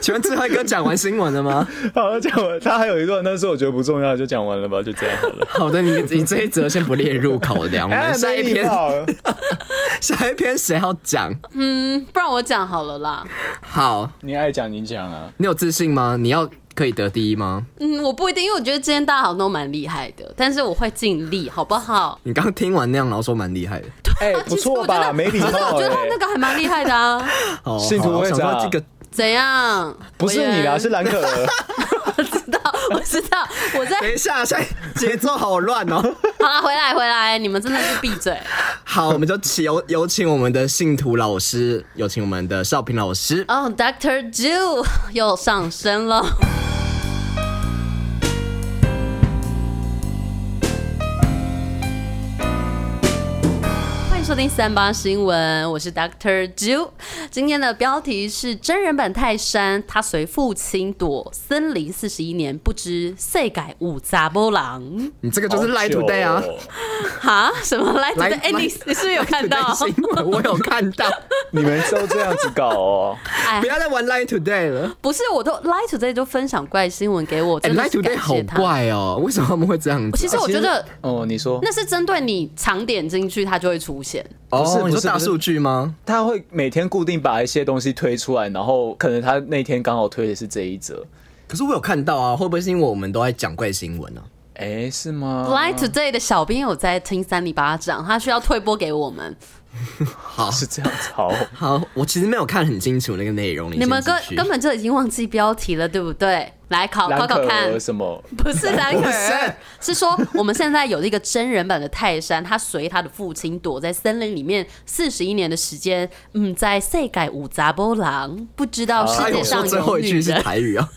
Speaker 3: 请问智慧哥讲完新闻了吗？
Speaker 2: 好了，讲完，他还有一段，但是我觉得不重要，就讲完了吧，就这样好
Speaker 3: *laughs*
Speaker 2: 了。
Speaker 3: 好的，你你这一则先不列入考量。我
Speaker 2: 哎
Speaker 3: 们下一篇，
Speaker 2: 好了
Speaker 3: *laughs* 下一篇谁要讲？
Speaker 1: 嗯不然我讲好了啦，
Speaker 3: 好，
Speaker 2: 你爱讲你讲啊。
Speaker 3: 你有自信吗？你要可以得第一吗？
Speaker 1: 嗯，我不一定，因为我觉得今天大家好像都蛮厉害的，但是我会尽力，好不好？
Speaker 3: 你刚听完那样，然后说蛮厉害的。
Speaker 2: 哎、
Speaker 1: 啊 *laughs*
Speaker 2: 不
Speaker 1: 其实我
Speaker 2: 错
Speaker 1: 觉得
Speaker 2: 吧？没礼
Speaker 1: 可是
Speaker 2: 貌、
Speaker 1: 我觉得他
Speaker 2: 哎
Speaker 1: 那个还蛮厉害的啊，
Speaker 2: *laughs*
Speaker 3: 哦，
Speaker 2: 信徒
Speaker 3: 好我
Speaker 2: 会
Speaker 3: 想说
Speaker 2: 长
Speaker 3: 这个
Speaker 1: 怎样？
Speaker 2: 不是你啦，
Speaker 1: 啊，
Speaker 2: 是兰可儿。
Speaker 1: 知道，我知道，我
Speaker 3: *laughs*
Speaker 1: 在
Speaker 3: 等一下，现在节奏好乱哦。
Speaker 1: 好啦，回来回来，你们真的是闭嘴。
Speaker 3: 好，我们就请有有请我们的信徒老师，有请我们的少平老师。
Speaker 1: 哦、d r Jew *laughs* 又上身了。欢迎收听三八新闻，我是 Doctor Jew。今天的标题是真人版泰山，他随父亲躲森林四十一年，不知岁改五杂波郎。
Speaker 3: 你这个 *laughs* 就是 Lie Today 啊
Speaker 2: 好久哦
Speaker 1: 哈？什么来？
Speaker 3: 来
Speaker 1: 对，哎，
Speaker 3: 来
Speaker 1: 你你是不是有看到
Speaker 3: *laughs* Lie？Today 新闻我有看到，
Speaker 2: 你们都这样子搞哦。
Speaker 1: 哎
Speaker 3: 不，要再玩 Lie Today 了。
Speaker 1: 不是，我都 Lie Today 就分享怪新闻给我，
Speaker 3: 哎、
Speaker 1: 真
Speaker 3: l
Speaker 1: 的
Speaker 3: i e
Speaker 1: 是
Speaker 3: Today
Speaker 1: 感
Speaker 3: 好
Speaker 1: 谢他。
Speaker 3: 怪哦，为什么他们会这样子啊、
Speaker 1: 其实 *laughs* 我觉得
Speaker 2: 哦，你说
Speaker 1: 那是针对你常点进去，它就会出现。
Speaker 2: 不
Speaker 3: 哦
Speaker 2: 是，
Speaker 3: 你
Speaker 2: 不
Speaker 3: 说
Speaker 2: 是
Speaker 3: 大
Speaker 2: 不是
Speaker 3: 数据吗？
Speaker 2: 他会每天固定把一些东西推出来，然后可能他那天刚好推的是这一则。
Speaker 3: 可是我有看到啊，会不会是因为我们都在讲怪新闻呢、啊？
Speaker 2: 哎，是吗
Speaker 1: Fly Today 的小编有在听三里巴掌，他需要退播给我们。
Speaker 3: 好
Speaker 2: 是这样子，好，
Speaker 3: 好，我其实没有看很清楚那个内容，你
Speaker 1: 你们
Speaker 3: 先
Speaker 1: 根
Speaker 3: 继续
Speaker 1: 根本就已经忘记标题了，对不对？来考考
Speaker 2: 兰
Speaker 1: 考
Speaker 2: 可
Speaker 1: 看
Speaker 2: 儿，什么？
Speaker 1: 不是蓝可
Speaker 3: 不是
Speaker 1: 儿，是说我们现在有一个真人版的泰山，他随他的父亲躲在森林里面四十一年的时间，嗯，在世改五杂波浪，不知道世
Speaker 3: 他
Speaker 1: 界
Speaker 3: 有
Speaker 1: 上
Speaker 3: 说哎最
Speaker 1: 有
Speaker 3: 后一
Speaker 1: 女
Speaker 3: 句是
Speaker 1: 人， *laughs*
Speaker 3: 台语哦。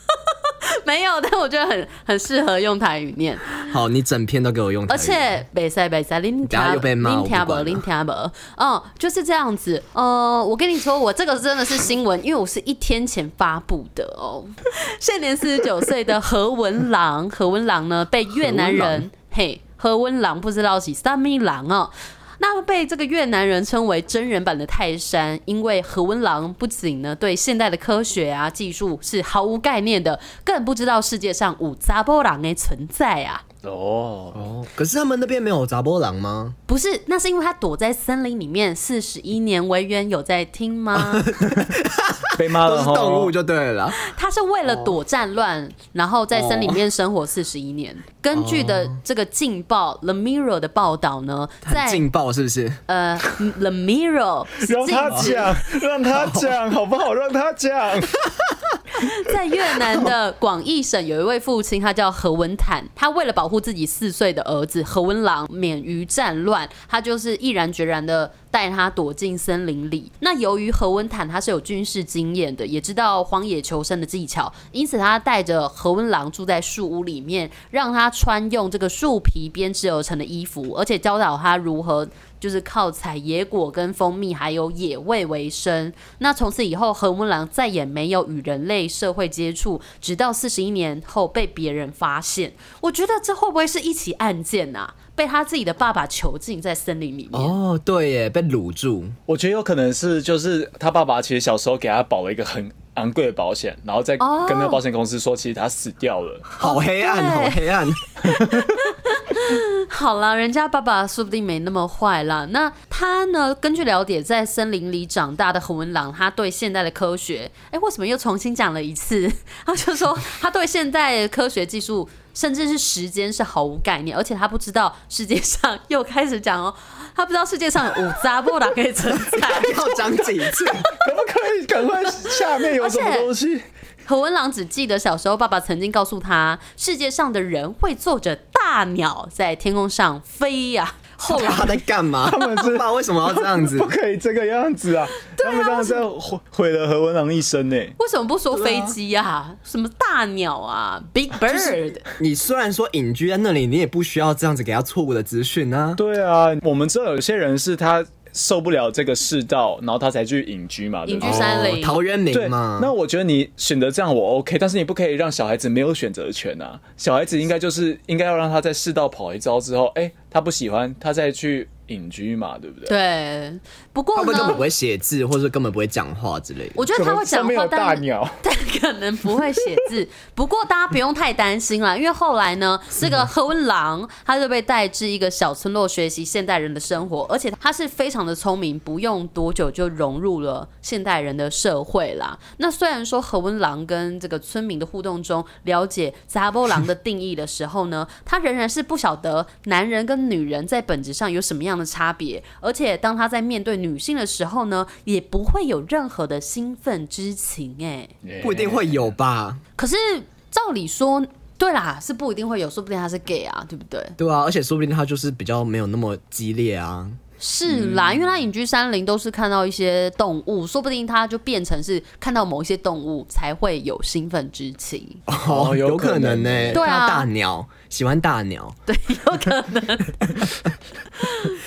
Speaker 1: 没有，但我觉得很很适合用台语念。
Speaker 3: 好，你整篇都给我用台
Speaker 1: 而
Speaker 3: 语，
Speaker 1: 且北塞北塞，林
Speaker 3: 等下
Speaker 1: 条
Speaker 3: 又被骂
Speaker 1: 林
Speaker 3: 我不
Speaker 1: 条伯
Speaker 3: 管了
Speaker 1: 林条伯，嗯，就是这样子。呃，我跟你说，我这个真的是新闻，因为我是一天前发布的哦。 *laughs* 现年四十九岁的何文郎，何文郎呢被越南
Speaker 3: 何文
Speaker 1: 人嘿何文郎不知道是三米郎哦。那被这个越南人称为真人版的泰山，因为何文郎不仅呢对现代的科学啊技术是毫无概念的，更不知道世界上五杂波郎的存在啊。
Speaker 2: 哦，
Speaker 3: 哦，可是他们那边没有杂波狼吗？
Speaker 1: 不是，那是因为他躲在森林里面四十一年为冤，有在听吗？
Speaker 2: 被骂
Speaker 3: 都
Speaker 2: 了哦
Speaker 3: 是
Speaker 2: 吼
Speaker 3: 动物就对了。
Speaker 1: 他是为了躲战乱，然后在森林里面生活四十一年。根据的这个《劲报》《The Mirror》的报道呢，
Speaker 3: 很
Speaker 1: 在
Speaker 3: 劲爆是不是？
Speaker 1: 呃《The Mirror 》
Speaker 2: 让他
Speaker 1: 禁止
Speaker 2: 讲，让他讲，好不好？让他讲。
Speaker 1: 在越南的广义省有一位父亲，他叫何文坦，他为了保护自己四岁的儿子何文郎免于战乱，他就是毅然决然的带他躲进森林里。那由于何文坦他是有军事经验的，也知道荒野求生的技巧，因此他带着何文郎住在树屋里面，让他穿用这个树皮编织而成的衣服，而且教导他如何就是靠采野果跟蜂蜜还有野味为生。那从此以后，何文郎再也没有与人类社会接触，直到四十一年后被别人发现。我觉得这会不会是一起案件啊？被他自己的爸爸囚禁在森林里面。
Speaker 3: 哦，对耶，被掳住。
Speaker 2: 我觉得有可能是，就是他爸爸其实小时候给他保了一个很昂贵的保险，然后再
Speaker 1: 哦
Speaker 2: 跟那个保险公司说，其实他死掉了。
Speaker 3: 好黑暗，
Speaker 1: 对
Speaker 3: 好黑暗。 *laughs*
Speaker 1: 好啦，人家爸爸说不定没那么坏啦。那他呢？根据了解，在森林里长大的何文朗，他对现代的科学，哎、为什么又重新讲了一次？ *laughs* 他就说他对现代的科学技术，甚至是时间是毫无概念，而且他不知道世界上又开始讲哦，他不知道世界上有五扎波达可以存在。 *laughs*
Speaker 3: 要讲几次？
Speaker 2: 可不可以赶快下面有什么东西？
Speaker 1: 何文朗只记得小时候爸爸曾经告诉他，世界上的人会坐着大鸟在天空上飞呀、后来
Speaker 3: 他在干嘛？他
Speaker 2: 们是
Speaker 3: 爸为什么要这样子
Speaker 2: 不？可以这个样子啊！他们这样子毁毁了何文郎一生呢、
Speaker 1: 为什么不说飞机啊？什么大鸟啊，Big Bird？
Speaker 3: 你虽然说隐居在那里，你也不需要这样子给他错误的资讯啊。
Speaker 2: 对啊，我们知道有些人是他受不了这个世道，然后他才去隐居嘛，对不
Speaker 1: 隐居
Speaker 2: 对？
Speaker 1: 山林
Speaker 3: 哦陶渊
Speaker 2: 对，
Speaker 3: 明嘛。
Speaker 2: 那我觉得你选择这样我 OK，但是你不可以让小孩子没有选择权啊！小孩子应该就是应该要让他在世道跑一遭之后，哎、他不喜欢，他再去隐居嘛，对不对？
Speaker 1: 对，不
Speaker 3: 他
Speaker 1: 过
Speaker 3: 们根本
Speaker 1: 呢
Speaker 3: 不，会写字，或者说根本不会讲话之类的。
Speaker 1: 我觉得他会讲
Speaker 2: 上面有
Speaker 1: 话，
Speaker 2: 大
Speaker 1: 但
Speaker 2: 鸟，
Speaker 1: *laughs* 但可能不会写字。不过大家不用太担心啦，因为后来呢，这个何文郎他就被带至一个小村落学习现代人的生活，而且他是非常的聪明，不用多久就融入了现代人的社会啦。那虽然说何文郎跟这个村民的互动中了解杂波郎的定义的时候呢，他仍然是不晓得男人跟女人在本质上有什么样的差别，而且当他在面对女性的时候呢，也不会有任何的兴奋之情、哎。
Speaker 3: 不一定会有吧？
Speaker 1: 可是照理说，对啦，是不一定会有，说不定他是 gay 啊，对不对？
Speaker 3: 对啊，而且说不定他就是比较没有那么激烈啊。
Speaker 1: 是啦，因为他隐居山林都是看到一些动物，说不定他就变成是看到某一些动物才会有兴奋之情，
Speaker 3: *laughs*
Speaker 2: 哦有
Speaker 3: 有
Speaker 2: 可
Speaker 3: 可能
Speaker 2: 能
Speaker 3: 呢。
Speaker 1: 对啊
Speaker 3: 他大鸟喜欢大鸟，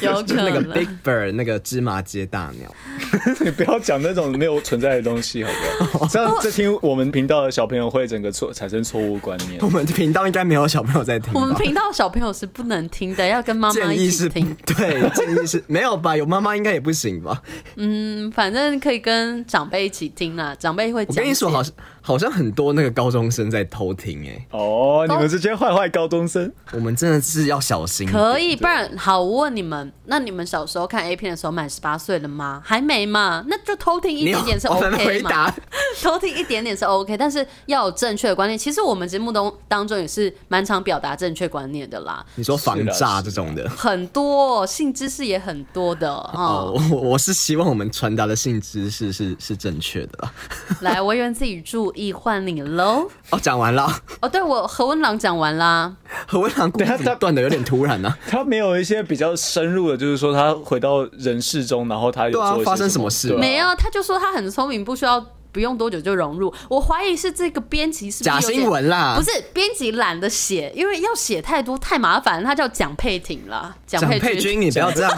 Speaker 1: 有
Speaker 3: 就是
Speaker 1: 可
Speaker 3: 那个
Speaker 1: 能
Speaker 3: Big。Bird 那个芝麻街大鸟。
Speaker 2: *laughs* 你不要讲那种没有存在的东西，好不好？
Speaker 3: *laughs*
Speaker 2: 这样这听我们频道的小朋友会整个错产生错误观念
Speaker 3: 我。们频道应该没有小朋友在听吧。
Speaker 1: 我们频道小朋友是不能听的，要跟妈妈
Speaker 3: 建议
Speaker 1: 一
Speaker 3: 是
Speaker 1: 起听。
Speaker 3: *laughs* 对，建议是没有吧？有妈妈应该也不行吧？
Speaker 1: 嗯，反正可以跟长辈一起听啦，长辈会
Speaker 3: 我
Speaker 1: 讲解。
Speaker 3: 跟你说，好像好像很多那个高中生在偷听哎、
Speaker 2: 哦，你们这些坏坏高中生，
Speaker 3: 我们真的是要小心。
Speaker 1: 可以，不然好，我问你们，那你们小时候看 A 片的时候满十八岁了吗？还没嘛？那就偷听一
Speaker 3: 你有
Speaker 1: 点点是
Speaker 3: 我们
Speaker 1: OK
Speaker 3: 回
Speaker 1: 嘛？
Speaker 3: 答
Speaker 1: 偷听一点点是 OK，但是要有正确的观念。其实我们节目中当中也是蛮常表达正确观念的啦，
Speaker 3: 你说防
Speaker 2: 是啦
Speaker 3: 诈
Speaker 2: 是
Speaker 3: 这种的。
Speaker 1: 很多性知识也很多的
Speaker 3: 哦
Speaker 1: 哦。，
Speaker 3: 我我是希望我们传达的性知识是是正确的啦。
Speaker 1: 来，维园自己注意，换你喽。
Speaker 3: 哦，讲完了，
Speaker 1: 哦，对，我何文朗讲完啦。
Speaker 3: 何文朗故
Speaker 2: 等一下
Speaker 3: 事
Speaker 2: 他
Speaker 3: 断的有点突然
Speaker 1: *laughs*
Speaker 3: 呢、
Speaker 2: 他没有一些比较深入的，就是说他回到人世中，然后他有
Speaker 3: 对啊
Speaker 2: 做一些
Speaker 3: 发生什么
Speaker 2: 么
Speaker 3: 事
Speaker 2: 对啊
Speaker 1: 没有，他就说他很聪明，不需要不用多久就融入。我怀疑是这个编辑是不是
Speaker 3: 假
Speaker 1: 有点
Speaker 3: 新闻啊啦
Speaker 1: 不是编辑懒得写，因为要写太多太麻烦了，他叫蒋佩婷啦，蒋
Speaker 3: 蒋
Speaker 1: 佩
Speaker 3: 佩君，你不要
Speaker 1: *laughs*
Speaker 3: 这样，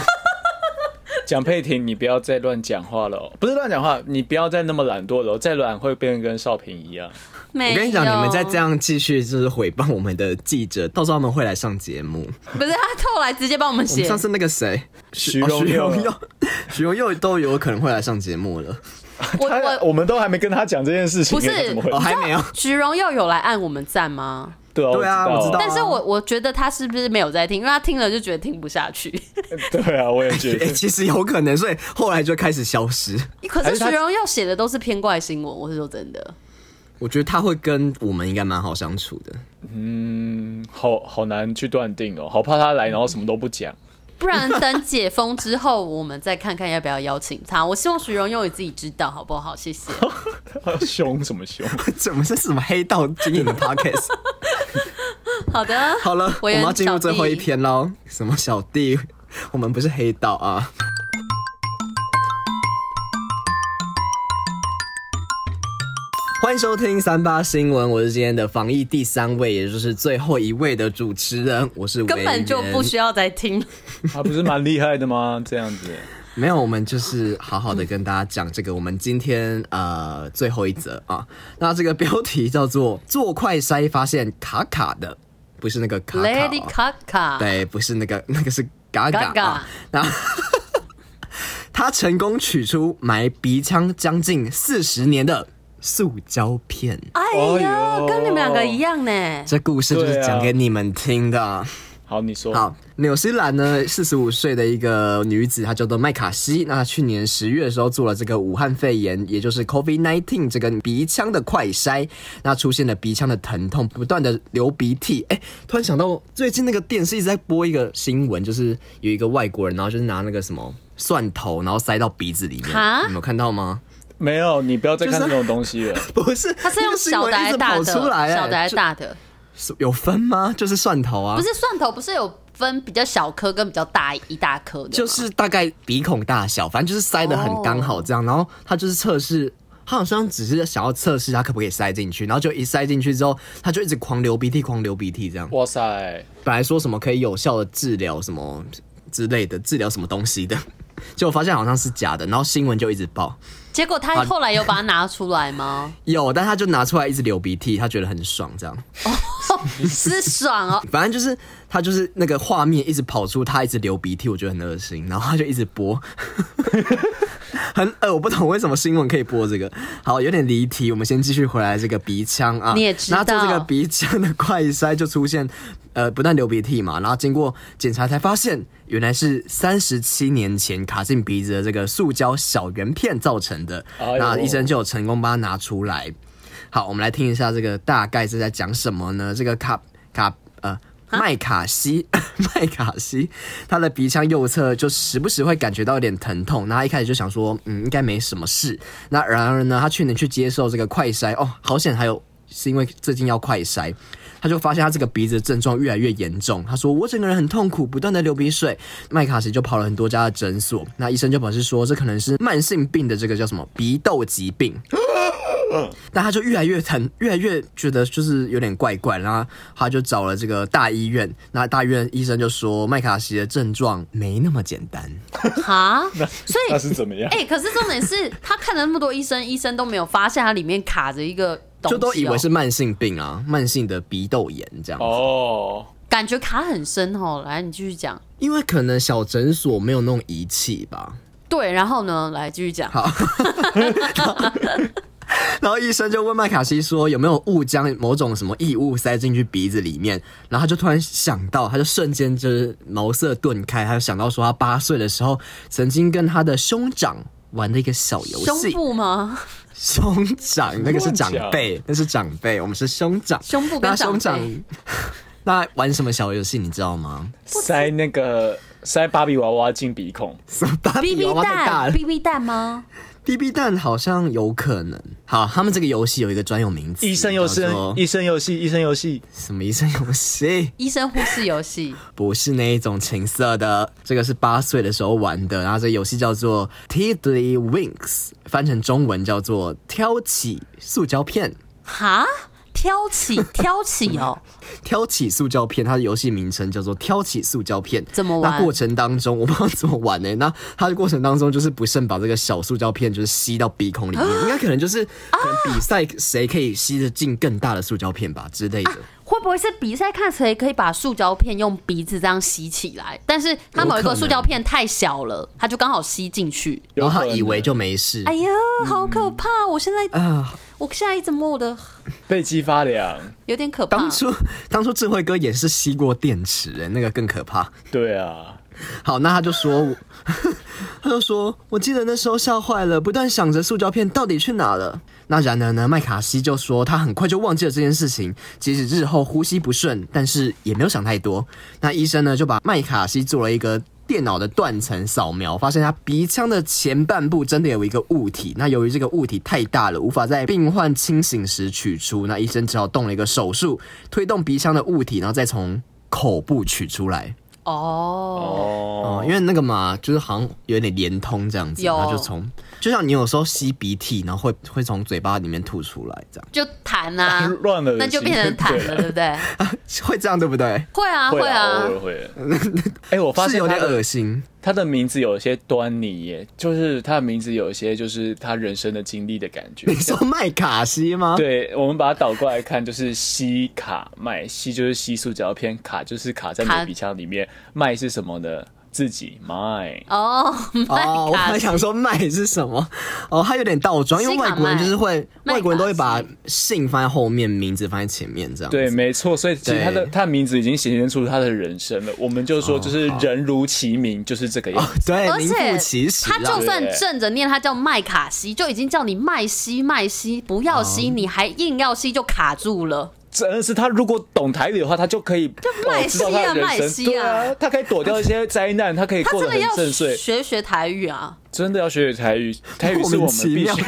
Speaker 2: 蒋佩婷，你不要再乱讲话了哦，不是乱讲话，你不要再那么懒惰了哦，再懒会变得跟少平一样。
Speaker 1: 没
Speaker 3: 我跟你讲，你们再
Speaker 1: 在
Speaker 3: 这，样继续就是毁谤我们的记者，到时候他们会来上节目。
Speaker 1: 不是他后来直接帮我们
Speaker 3: 我们
Speaker 1: 写
Speaker 3: 上。次那个谁，
Speaker 2: 徐
Speaker 3: 哦
Speaker 2: 荣
Speaker 3: 徐
Speaker 2: 佑
Speaker 3: 荣佑，徐荣佑都有可能会来上节目了。
Speaker 1: 我
Speaker 2: 他
Speaker 1: 我
Speaker 2: 我们都还没跟他讲这件事情，
Speaker 1: 不是
Speaker 2: 他怎么会
Speaker 3: 哦，？还没有，
Speaker 1: 徐荣佑有来按我们赞吗？
Speaker 2: *laughs* 对啊，
Speaker 3: 对啊
Speaker 2: 我
Speaker 3: 我知道
Speaker 1: 但是我我觉得他是不是没有在听，因为他听了就觉得听不下去。
Speaker 3: *laughs*
Speaker 2: *laughs* 对啊，我也觉
Speaker 3: 哎、
Speaker 2: 得。
Speaker 3: 其实有可能，所以后来就开始消失。
Speaker 1: 可
Speaker 2: 还
Speaker 1: 是
Speaker 2: 是他
Speaker 1: 徐荣佑写的都是偏怪新闻，我是说真的。
Speaker 3: 我觉得他会跟我们应该蛮好相处的。 *laughs*
Speaker 2: 嗯，好好难去断定哦，好怕他来，然后什么都不讲。
Speaker 1: 不然等解封之后，我们再看看要不要邀请他。我希望徐荣佑你自己知道，好不好？
Speaker 3: *laughs*
Speaker 1: 谢谢。
Speaker 2: *laughs* 凶什么凶？
Speaker 3: 怎么是什么黑道经营的 podcast？
Speaker 1: 好的，
Speaker 3: 好了，我
Speaker 1: 委
Speaker 3: 们
Speaker 1: 员
Speaker 3: 要进入最后一
Speaker 1: 小弟。
Speaker 3: 篇喽。什么小弟？我们不是黑道啊！欢迎收听三八新闻，我是今天的防疫第三位，也就是最后一位的主持人，我是
Speaker 1: 根本就不需
Speaker 3: 需
Speaker 1: 要再听了，
Speaker 2: *laughs* 他不是蛮厉害的吗？这样子，
Speaker 3: 没有，我们就是好好的跟大家讲这个，我们今天呃最后一则啊，那这个标题叫做“做快筛发现卡卡的”，不是那个卡卡、哦、
Speaker 1: Lady Gaga，
Speaker 3: 对，不是那个， *laughs* 那个是嘎嘎
Speaker 1: Gaga
Speaker 3: 啊。然后 *laughs* 他成功取出埋鼻腔将近四十年的塑胶片。
Speaker 1: 哎
Speaker 2: 哎
Speaker 1: 呀，
Speaker 2: 呦
Speaker 1: 跟你们两个一样呢。
Speaker 3: 这故事就是
Speaker 2: 对啊
Speaker 3: 讲给你们听的。
Speaker 2: 好，你说，
Speaker 3: 好，纽西兰呢，四十五岁的一个女子，她叫做麦卡锡。那她去年十月的时候做了这个武汉肺炎，也就是 COVID-19 这个鼻腔的快筛，那出现了鼻腔的疼痛，不断的流鼻涕。哎、突然想到最近那个电视一直在播一个新闻，就是有一个外国人，然后就是拿那个什么蒜头，然后塞到鼻子里面，
Speaker 1: 哈
Speaker 3: 你们有看到吗？
Speaker 2: 没有，你不要再看这种东 *laughs* 西了。
Speaker 3: 不是，
Speaker 1: 他是
Speaker 3: 那
Speaker 1: 用
Speaker 3: 个新
Speaker 1: 小
Speaker 3: 闻
Speaker 1: 的还
Speaker 3: 一
Speaker 1: 是
Speaker 3: 直
Speaker 1: 大
Speaker 3: 跑
Speaker 1: 的？
Speaker 3: 出来、哎
Speaker 1: 小的还是
Speaker 3: 就
Speaker 1: 大的？
Speaker 3: 是有分吗？就是蒜头啊，
Speaker 1: 不是蒜头，不是有分比较小颗跟比较大一大颗的吗？
Speaker 3: 就是大概鼻孔大小，反正就是塞的很刚好这样。然后他就是测试，他好像只是想要测试他可不可以塞进去，然后就一塞进去之后，他就一直狂流鼻涕，狂流鼻涕这样。
Speaker 2: 哇塞，
Speaker 3: 本来说什么可以有效的治疗什么之类的，治疗什么东西的，结果发现好像是假的，然后新闻就一直报。
Speaker 1: 结果他后来有把它拿出
Speaker 3: *laughs*
Speaker 1: 来吗？
Speaker 3: 有，但他就拿出来一直流鼻涕，他觉得很爽，这样。
Speaker 1: 是爽哦，
Speaker 3: 反正就是他就是那个画面一直跑出，他一直流鼻涕，我觉得很恶心，然后他就一直播， *laughs* 很呃，我不懂为什么新闻可以播这个。好，有点离题，我们先继续回来这个鼻腔啊。
Speaker 1: 你也知道
Speaker 3: 那做这个鼻腔的快筛就出现，呃，不但流鼻涕嘛，然后经过检查才发现，原来是三十七年前卡进鼻子的这个塑胶小圆片造成的。
Speaker 2: 哎呦
Speaker 3: 那医生就有成功把它拿出来。好，我们来听一下这个大概是在讲什么呢？这个卡卡呃。麦卡锡， *laughs* 麦卡锡，他的鼻腔右侧就时不时会感觉到有点疼痛。那他一开始就想说，嗯，应该没什么事。那然而呢，他去年去接受这个快筛，哦，好险，还有是因为最近要快筛，他就发现他这个鼻子症状越来越严重。他说：“我整个人很痛苦，不断的流鼻水。”麦卡锡就跑了很多家的诊所，那医生就表示说，这可能是慢性病的这个叫什么鼻窦疾病。但他就越来越疼，越来越觉得就是有点怪怪，然后他就找了这个大医院。那大医院医生就说，麦卡锡的症状没那么简单。
Speaker 1: 哈，所以
Speaker 2: 那是怎么样？
Speaker 1: 哎、可是重点是他看了那么多医生，医生都没有发现它里面卡着一个东西、
Speaker 3: 就
Speaker 1: 哦，
Speaker 3: 都以为是慢性病啊，慢性的鼻窦炎这样。
Speaker 2: 哦，
Speaker 1: 感觉卡很深哦。来，你继续讲。
Speaker 3: 因为可能小诊所没有那种仪器吧。
Speaker 1: 对，然后呢，来继续讲。
Speaker 3: 好， *laughs* 然后医生就问麦卡锡说有没有误将某种什么异物塞进去鼻子里面，然后他就突然想到，他就瞬间就是茅塞顿开，他就想到说他八岁的时候曾经跟他的兄长玩的一个小游
Speaker 1: 胸
Speaker 3: 戏，
Speaker 1: 部
Speaker 3: *laughs*
Speaker 1: 吗？
Speaker 3: 兄长那个是长
Speaker 2: 胸长
Speaker 3: 辈，那是长辈，我们是兄长，
Speaker 1: 胸部跟
Speaker 3: 那兄
Speaker 1: 长
Speaker 3: 长
Speaker 1: 辈。
Speaker 3: 那玩什么小游戏你知道吗？
Speaker 2: 塞那个塞芭比娃娃进鼻孔，
Speaker 3: 什么芭比
Speaker 1: BB
Speaker 3: 娃娃太啊大
Speaker 1: 蛋
Speaker 3: 了
Speaker 1: ，BB 蛋吗？
Speaker 3: ，BB 蛋好像有可能。好，他们这个游戏有一个专有名词，
Speaker 2: 医生游戏
Speaker 3: 叫做，
Speaker 2: 医生游戏，医生游戏，
Speaker 3: 什么医生游戏？
Speaker 1: 医生护士游戏，
Speaker 3: 不是那一种情色的，这个是八岁的时候玩的，然后这个游戏叫做 Tiddly Winks，翻成中文叫做挑起塑胶片。
Speaker 1: 哈，挑起挑起哦，
Speaker 3: 挑起塑胶片，它的游戏名称叫做挑起塑胶片。
Speaker 1: 怎么玩
Speaker 3: 那过程当中我不知道怎么玩呢、那它的过程当中就是不慎把这个小塑胶片就是吸到鼻孔里
Speaker 1: 啊
Speaker 3: 面，应该可能就是可能比赛谁可以吸得进更大的塑胶片吧之类的。
Speaker 1: 会不会是比赛看谁可以把塑胶片用鼻子这样吸起来？但是它某
Speaker 3: 有
Speaker 1: 一
Speaker 3: 可
Speaker 1: 个
Speaker 3: 能
Speaker 1: 塑胶片太小了，它就刚好吸进去。
Speaker 2: 有
Speaker 3: 然后
Speaker 2: 可
Speaker 3: 他
Speaker 2: 能
Speaker 3: 以为就没事。
Speaker 1: 哎呀，好可怕！我现在
Speaker 3: 啊，
Speaker 1: 我现在一直摸的
Speaker 2: 被激发良。
Speaker 1: 有点可怕
Speaker 3: 当。初当初智慧哥也是吸过电池、哎，那个更可怕。
Speaker 2: 对啊，
Speaker 3: 好，那他就说 *laughs* 我，他就说，我记得那时候吓坏了，不断想着塑胶片到底去哪了。那然而呢，麦卡锡就说他很快就忘记了这件事情，即使日后呼吸不顺，但是也没有想太多。那医生呢就把麦卡锡做了一个。电脑的断层扫描发现，他鼻腔的前半部真的有一个物体。那由于这个物体太大了，无法在病患清醒时取出，那医生只好动了一个手术，推动鼻腔的物体，然后再从口部取出来。
Speaker 1: 哦，
Speaker 2: 哦
Speaker 3: 哦，，因为那个嘛，就是好像有点连通这样子，
Speaker 1: 有
Speaker 3: 然后就从，就像你有时候吸鼻涕，然后会会从嘴巴里面吐出来，这样 *laughs*
Speaker 1: 就痰啊，
Speaker 2: 乱了的
Speaker 1: 那就变成痰了，对不对？
Speaker 3: 会这样对不对？
Speaker 1: 会啊，
Speaker 2: 会
Speaker 1: 啊
Speaker 2: 偶，尔会。 *laughs* 哎，我发
Speaker 3: 哦是
Speaker 2: 现
Speaker 3: 有
Speaker 2: 他
Speaker 3: 点
Speaker 2: 的
Speaker 3: 恶心，
Speaker 2: 他的名字有一些端倪耶，就是他的名字有一些就是他人生的经历的感
Speaker 3: *laughs*
Speaker 2: 觉
Speaker 3: 你。说麦卡锡吗？，
Speaker 2: 对，我们把它倒过来看，就是吸卡麦，吸就是吸塑胶片，卡就是卡在你
Speaker 1: 卡
Speaker 2: 的鼻腔里面，麦是什么呢？自己
Speaker 3: *laughs*
Speaker 2: 麦。
Speaker 1: 哦，
Speaker 3: 哦，我
Speaker 1: 麦
Speaker 3: 还
Speaker 1: 卡
Speaker 3: 想说麦是什么？哦，它有点倒装，因为
Speaker 1: 西卡
Speaker 3: 外国人
Speaker 1: 麦
Speaker 3: 就是会，
Speaker 1: 麦
Speaker 3: 外国人都会
Speaker 1: 卡
Speaker 3: 把
Speaker 1: 锡
Speaker 3: 姓放在后面，名字放在前面这样子。
Speaker 2: 对，没错，所以其实他的
Speaker 3: 对
Speaker 2: 他的名字已经显现出他的人生了。我们就说，
Speaker 3: 哦
Speaker 2: 就是人如其名，就是这个样子。
Speaker 3: 对，
Speaker 1: 而
Speaker 3: 名副
Speaker 1: 且
Speaker 3: 其实
Speaker 1: 他
Speaker 3: 啊
Speaker 1: 就。算正着念，他叫麦卡锡，就已经叫你麦西麦西，不要
Speaker 2: 哦
Speaker 1: 吸，你还硬要吸，就卡住了。
Speaker 2: 真的是他如果懂台语的话，他就可以
Speaker 1: 麦
Speaker 2: 哦知道
Speaker 1: 西啊
Speaker 2: 他的
Speaker 1: 麦
Speaker 2: 人
Speaker 1: 西
Speaker 2: 生，对
Speaker 1: 啊
Speaker 2: 啊，他可以躲掉一些灾难，他可以
Speaker 1: 他
Speaker 2: 过
Speaker 1: 真
Speaker 2: 得
Speaker 1: 的
Speaker 2: 很
Speaker 1: 要 *laughs*
Speaker 2: 顺遂。
Speaker 1: 学学台语啊！
Speaker 2: 真的要学学台语，台语是我
Speaker 3: 莫名
Speaker 2: 们
Speaker 3: 其
Speaker 2: 必
Speaker 3: 妙
Speaker 2: 须。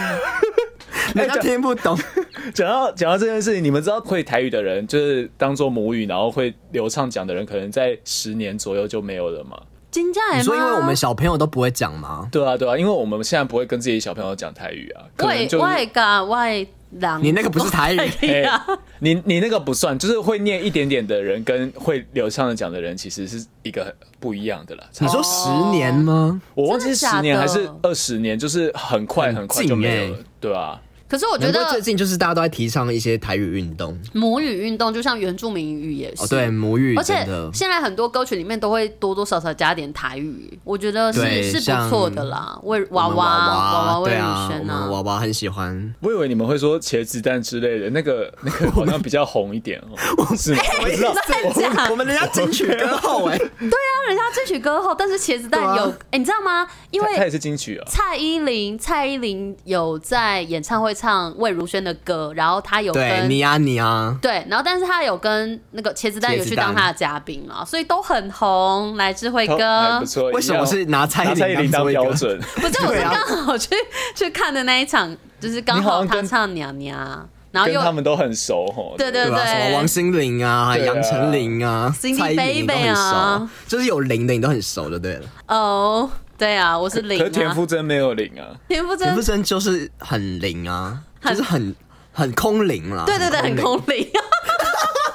Speaker 3: 人家听不懂，
Speaker 2: *laughs* 讲到讲到这件事情，你们知道会台语的人就是当做母语，然后会流畅讲的人，可能在十年左右就没有了嘛。
Speaker 1: 金价
Speaker 3: 你
Speaker 1: 也
Speaker 3: 说因为我们小朋友都不会讲吗？
Speaker 2: 对啊，对啊，因为我们现在不会跟自己小朋友讲台语啊，可能
Speaker 1: 外
Speaker 2: 就是
Speaker 1: 外嘎外哦狼，
Speaker 3: 你那个不是
Speaker 1: *laughs*
Speaker 3: 台语，
Speaker 1: 对啊呀，
Speaker 2: 你你那个不算，就是会念一点点的人跟会流畅的讲的人，其实是一个很不一样的啦。
Speaker 3: 你说十年吗？
Speaker 2: 我忘
Speaker 1: 真
Speaker 2: 记
Speaker 1: 的假的
Speaker 2: 十年还是二十年，就是很快很快就没有
Speaker 3: 很
Speaker 2: 了
Speaker 3: 近欸，
Speaker 2: 对啊。
Speaker 1: 可是我觉
Speaker 3: 难怪最
Speaker 1: 得
Speaker 3: 近就是大家都在提倡一些台语运动
Speaker 1: 母语运动就像原住民语也
Speaker 3: 哦，
Speaker 1: 是，
Speaker 3: 对，母语
Speaker 1: 而且
Speaker 3: 真的
Speaker 1: 现在很多歌曲里面都会多多少少加点台语，我觉得
Speaker 3: 对
Speaker 1: 是是不
Speaker 3: 像
Speaker 1: 错的啦。为娃
Speaker 3: 我们
Speaker 1: 娃娃
Speaker 3: 娃
Speaker 1: 魏
Speaker 3: 对
Speaker 1: 如
Speaker 3: 啊，我
Speaker 1: 萱
Speaker 3: 们娃娃很喜欢，
Speaker 1: *laughs*
Speaker 2: 我以为你们会说茄子蛋之类的，
Speaker 3: *laughs*
Speaker 2: 那个那个好像比较红一点哦，是吗？
Speaker 1: 哎
Speaker 2: 我知道，
Speaker 1: 真的假的
Speaker 3: 我 *laughs* 们人家金曲歌后
Speaker 1: *laughs*
Speaker 3: 哎，
Speaker 1: 人家这曲歌后，但是茄子蛋
Speaker 3: 对啊
Speaker 1: 有，哎、你知道吗？因
Speaker 2: 它它也
Speaker 1: 为
Speaker 2: 是金曲啊。
Speaker 1: 蔡依林，蔡依林有在演唱会唱魏如萱的歌，然后她有
Speaker 3: 对，
Speaker 1: 跟
Speaker 3: 你啊你啊，
Speaker 1: 对然后但是她有跟那个茄子蛋有去当她的嘉宾啊，所以都很红。来，智慧
Speaker 2: 还
Speaker 1: 哥
Speaker 2: 不，错，哦
Speaker 3: 为什么是拿蔡
Speaker 2: 拿蔡
Speaker 3: 依
Speaker 2: 依林
Speaker 3: 林当
Speaker 2: 当
Speaker 3: 做一个
Speaker 2: 标准？
Speaker 1: 不是我是
Speaker 3: 对啊
Speaker 1: 刚好去去看的那一场，就是刚
Speaker 2: 你好
Speaker 1: 好
Speaker 2: 像
Speaker 1: 她
Speaker 2: 跟
Speaker 1: 唱娘娘，然后
Speaker 2: 跟他
Speaker 1: 又
Speaker 2: 们都很熟哦。
Speaker 1: 对对
Speaker 3: 对吧？什么王心凌啊、
Speaker 2: 对啊
Speaker 3: 杨丞琳啊、
Speaker 1: Cindy
Speaker 3: 蔡依林你都很
Speaker 1: Baby 啊
Speaker 3: 熟，就是有零的你都很熟就对了。
Speaker 1: 哦。对啊，我是零
Speaker 2: 可是田
Speaker 1: 啊，
Speaker 2: 馥甄没有领啊，
Speaker 1: 田馥
Speaker 3: 田馥
Speaker 1: 甄，
Speaker 3: 甄就是很零啊，
Speaker 1: 很
Speaker 3: 就是很很空灵啦，
Speaker 1: 对对对，很
Speaker 3: 灵
Speaker 1: 空灵。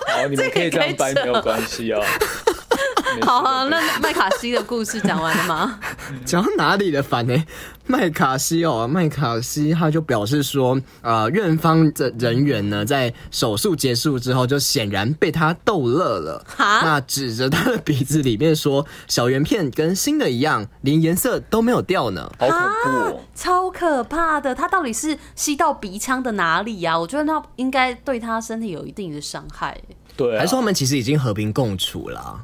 Speaker 1: *laughs*
Speaker 2: 好，你们可以这样
Speaker 1: 这个可以
Speaker 2: 掰，
Speaker 1: 扯
Speaker 2: 没有关系哦。没
Speaker 1: *laughs*
Speaker 2: 事
Speaker 1: 好、啊，
Speaker 2: 没事
Speaker 1: 那麦卡锡的故事讲完了吗？
Speaker 3: 讲到哪里了？反呢？麦卡锡哦，麦卡锡他就表示说，呃，院方的人员呢，在手术结束之后，就显然被他逗乐了。
Speaker 1: 哈
Speaker 3: 那指着他的鼻子里面说，小圆片跟新的一样，连颜色都没有掉呢。
Speaker 2: 好恐怖哦！
Speaker 1: *laughs* 超可怕的！他到底是吸到鼻腔的哪里啊呀、我觉得那应该对他身体有一定的伤害
Speaker 2: 对、啊，
Speaker 3: 还是他们其实已经和平共处啦、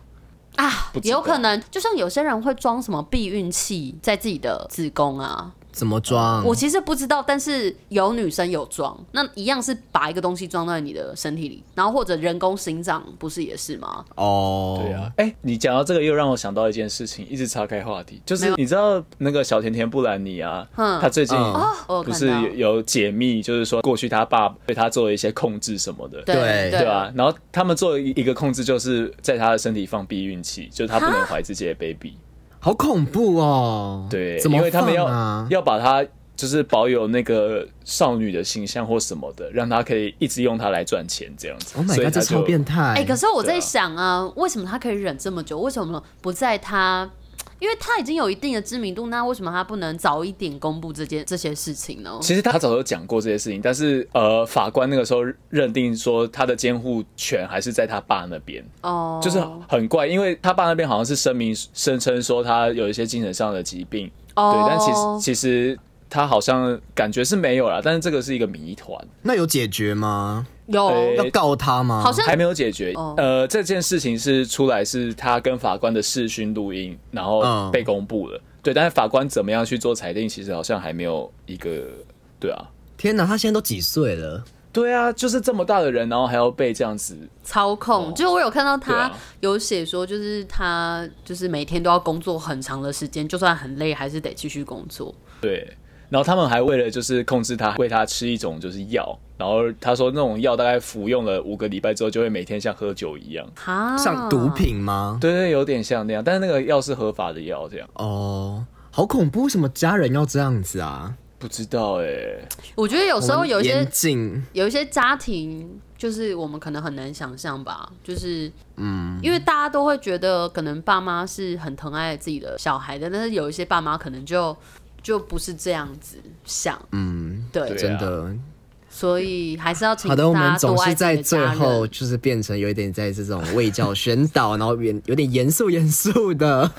Speaker 1: 啊，
Speaker 2: 不知
Speaker 1: 也
Speaker 2: 道
Speaker 1: 有可能就像有些人会装什么避孕器在自己的子宫啊，
Speaker 2: 嗯
Speaker 3: 怎么装？
Speaker 1: 我其实不知道，但是有女生有装，那一样是把一个东西装到你的身体里，然后或者人工心脏不是也是吗？
Speaker 3: 哦，
Speaker 2: 对啊，，哎、你讲到这个又让我想到一件事情，一直岔开话题，就
Speaker 1: 没
Speaker 2: 是
Speaker 1: 有
Speaker 2: 你知道那个小甜甜布兰妮啊，
Speaker 1: 嗯
Speaker 2: 她最近
Speaker 3: 嗯
Speaker 1: 哦我有
Speaker 2: 不
Speaker 1: 看
Speaker 2: 是
Speaker 1: 到
Speaker 2: 有有解密，就是说过去她爸对她做了一些控制什么的，
Speaker 3: 对
Speaker 1: 对
Speaker 2: 对啊，然后他们做一个控制，就是在她的身体放避孕器，就是她不能怀自己的 baby，
Speaker 1: 啊
Speaker 3: 好恐怖哦。
Speaker 2: 对，
Speaker 3: 怎么、
Speaker 2: 因
Speaker 3: 放
Speaker 2: 为他们要、
Speaker 3: 啊？
Speaker 2: 要把她就是保有那个少女的形象或什么的，让她可以一直用它来赚钱这样子
Speaker 3: Oh my
Speaker 2: 所以
Speaker 3: god，
Speaker 2: 她
Speaker 3: 这
Speaker 2: 就
Speaker 3: 超变态！
Speaker 1: 哎、可是我
Speaker 2: 对
Speaker 1: 在
Speaker 2: 啊
Speaker 1: 想啊，为什么他可以忍这么久？为什么不在他？因为他已经有一定的知名度，那为什么他不能早一点公布这件这些事情呢？
Speaker 2: 其实他早就讲过这些事情，但是呃，法官那个时候认定说他的监护权还是在他爸那边，
Speaker 1: 哦，
Speaker 2: 就是很怪，因为他爸那边好像是声明声称说他有一些精神上的疾病，对，但其
Speaker 1: 哦
Speaker 2: 实，其实他好像感觉是没有啦，但是这个是一个谜团，
Speaker 3: 那有解决吗？
Speaker 1: 有
Speaker 2: 呃
Speaker 3: 要告他吗？
Speaker 1: 好像
Speaker 2: 还没有解决
Speaker 1: 哦。
Speaker 2: 呃，这件事情是出来是他跟法官的视讯录音，然后
Speaker 3: 嗯
Speaker 2: 被公布了，对，但是法官怎么样去做裁定，其实好像还没有一个，对啊。
Speaker 3: 天哪，他现在都几岁了？
Speaker 2: 对啊，就是这么大的人，然后还要被这样子，
Speaker 1: 操控，就是我有看到
Speaker 2: 哦对
Speaker 1: 他
Speaker 2: 啊
Speaker 1: 有写说，就是他就是每天都要工作很长的时间，就算很累，还是得继续工作。
Speaker 2: 对。然后他们还为了就是控制他，喂他吃一种就是药，然后他说那种药大概服用了五个礼拜之后，就会每天像喝酒一样。
Speaker 1: 哈，
Speaker 3: 像毒品吗？
Speaker 2: 对对，有点像那样，但是那个药是合法的药，这样
Speaker 3: 哦，好恐怖！为什么家人要这样子啊？
Speaker 2: 不知道哎、
Speaker 1: 我觉得有时候有一些
Speaker 3: 严禁
Speaker 1: 有一些家庭，就是我们可能很难想象吧，就是嗯，因为大家都会觉得可能爸妈是很疼爱自己的小孩的，但是有一些爸妈可能就就不是这样子想，嗯，对，
Speaker 2: 对啊
Speaker 3: 真的。
Speaker 1: 所以还是要请
Speaker 3: 好
Speaker 1: 大
Speaker 3: 的，我
Speaker 1: 家
Speaker 3: 们总
Speaker 1: 多爱
Speaker 3: 是
Speaker 1: 自己
Speaker 3: 在
Speaker 1: 的家
Speaker 3: 最
Speaker 1: 人
Speaker 3: 后就是变成有一点在这种卫教宣
Speaker 1: *laughs*
Speaker 3: 导，然后严有点严肃严肃的。 *laughs*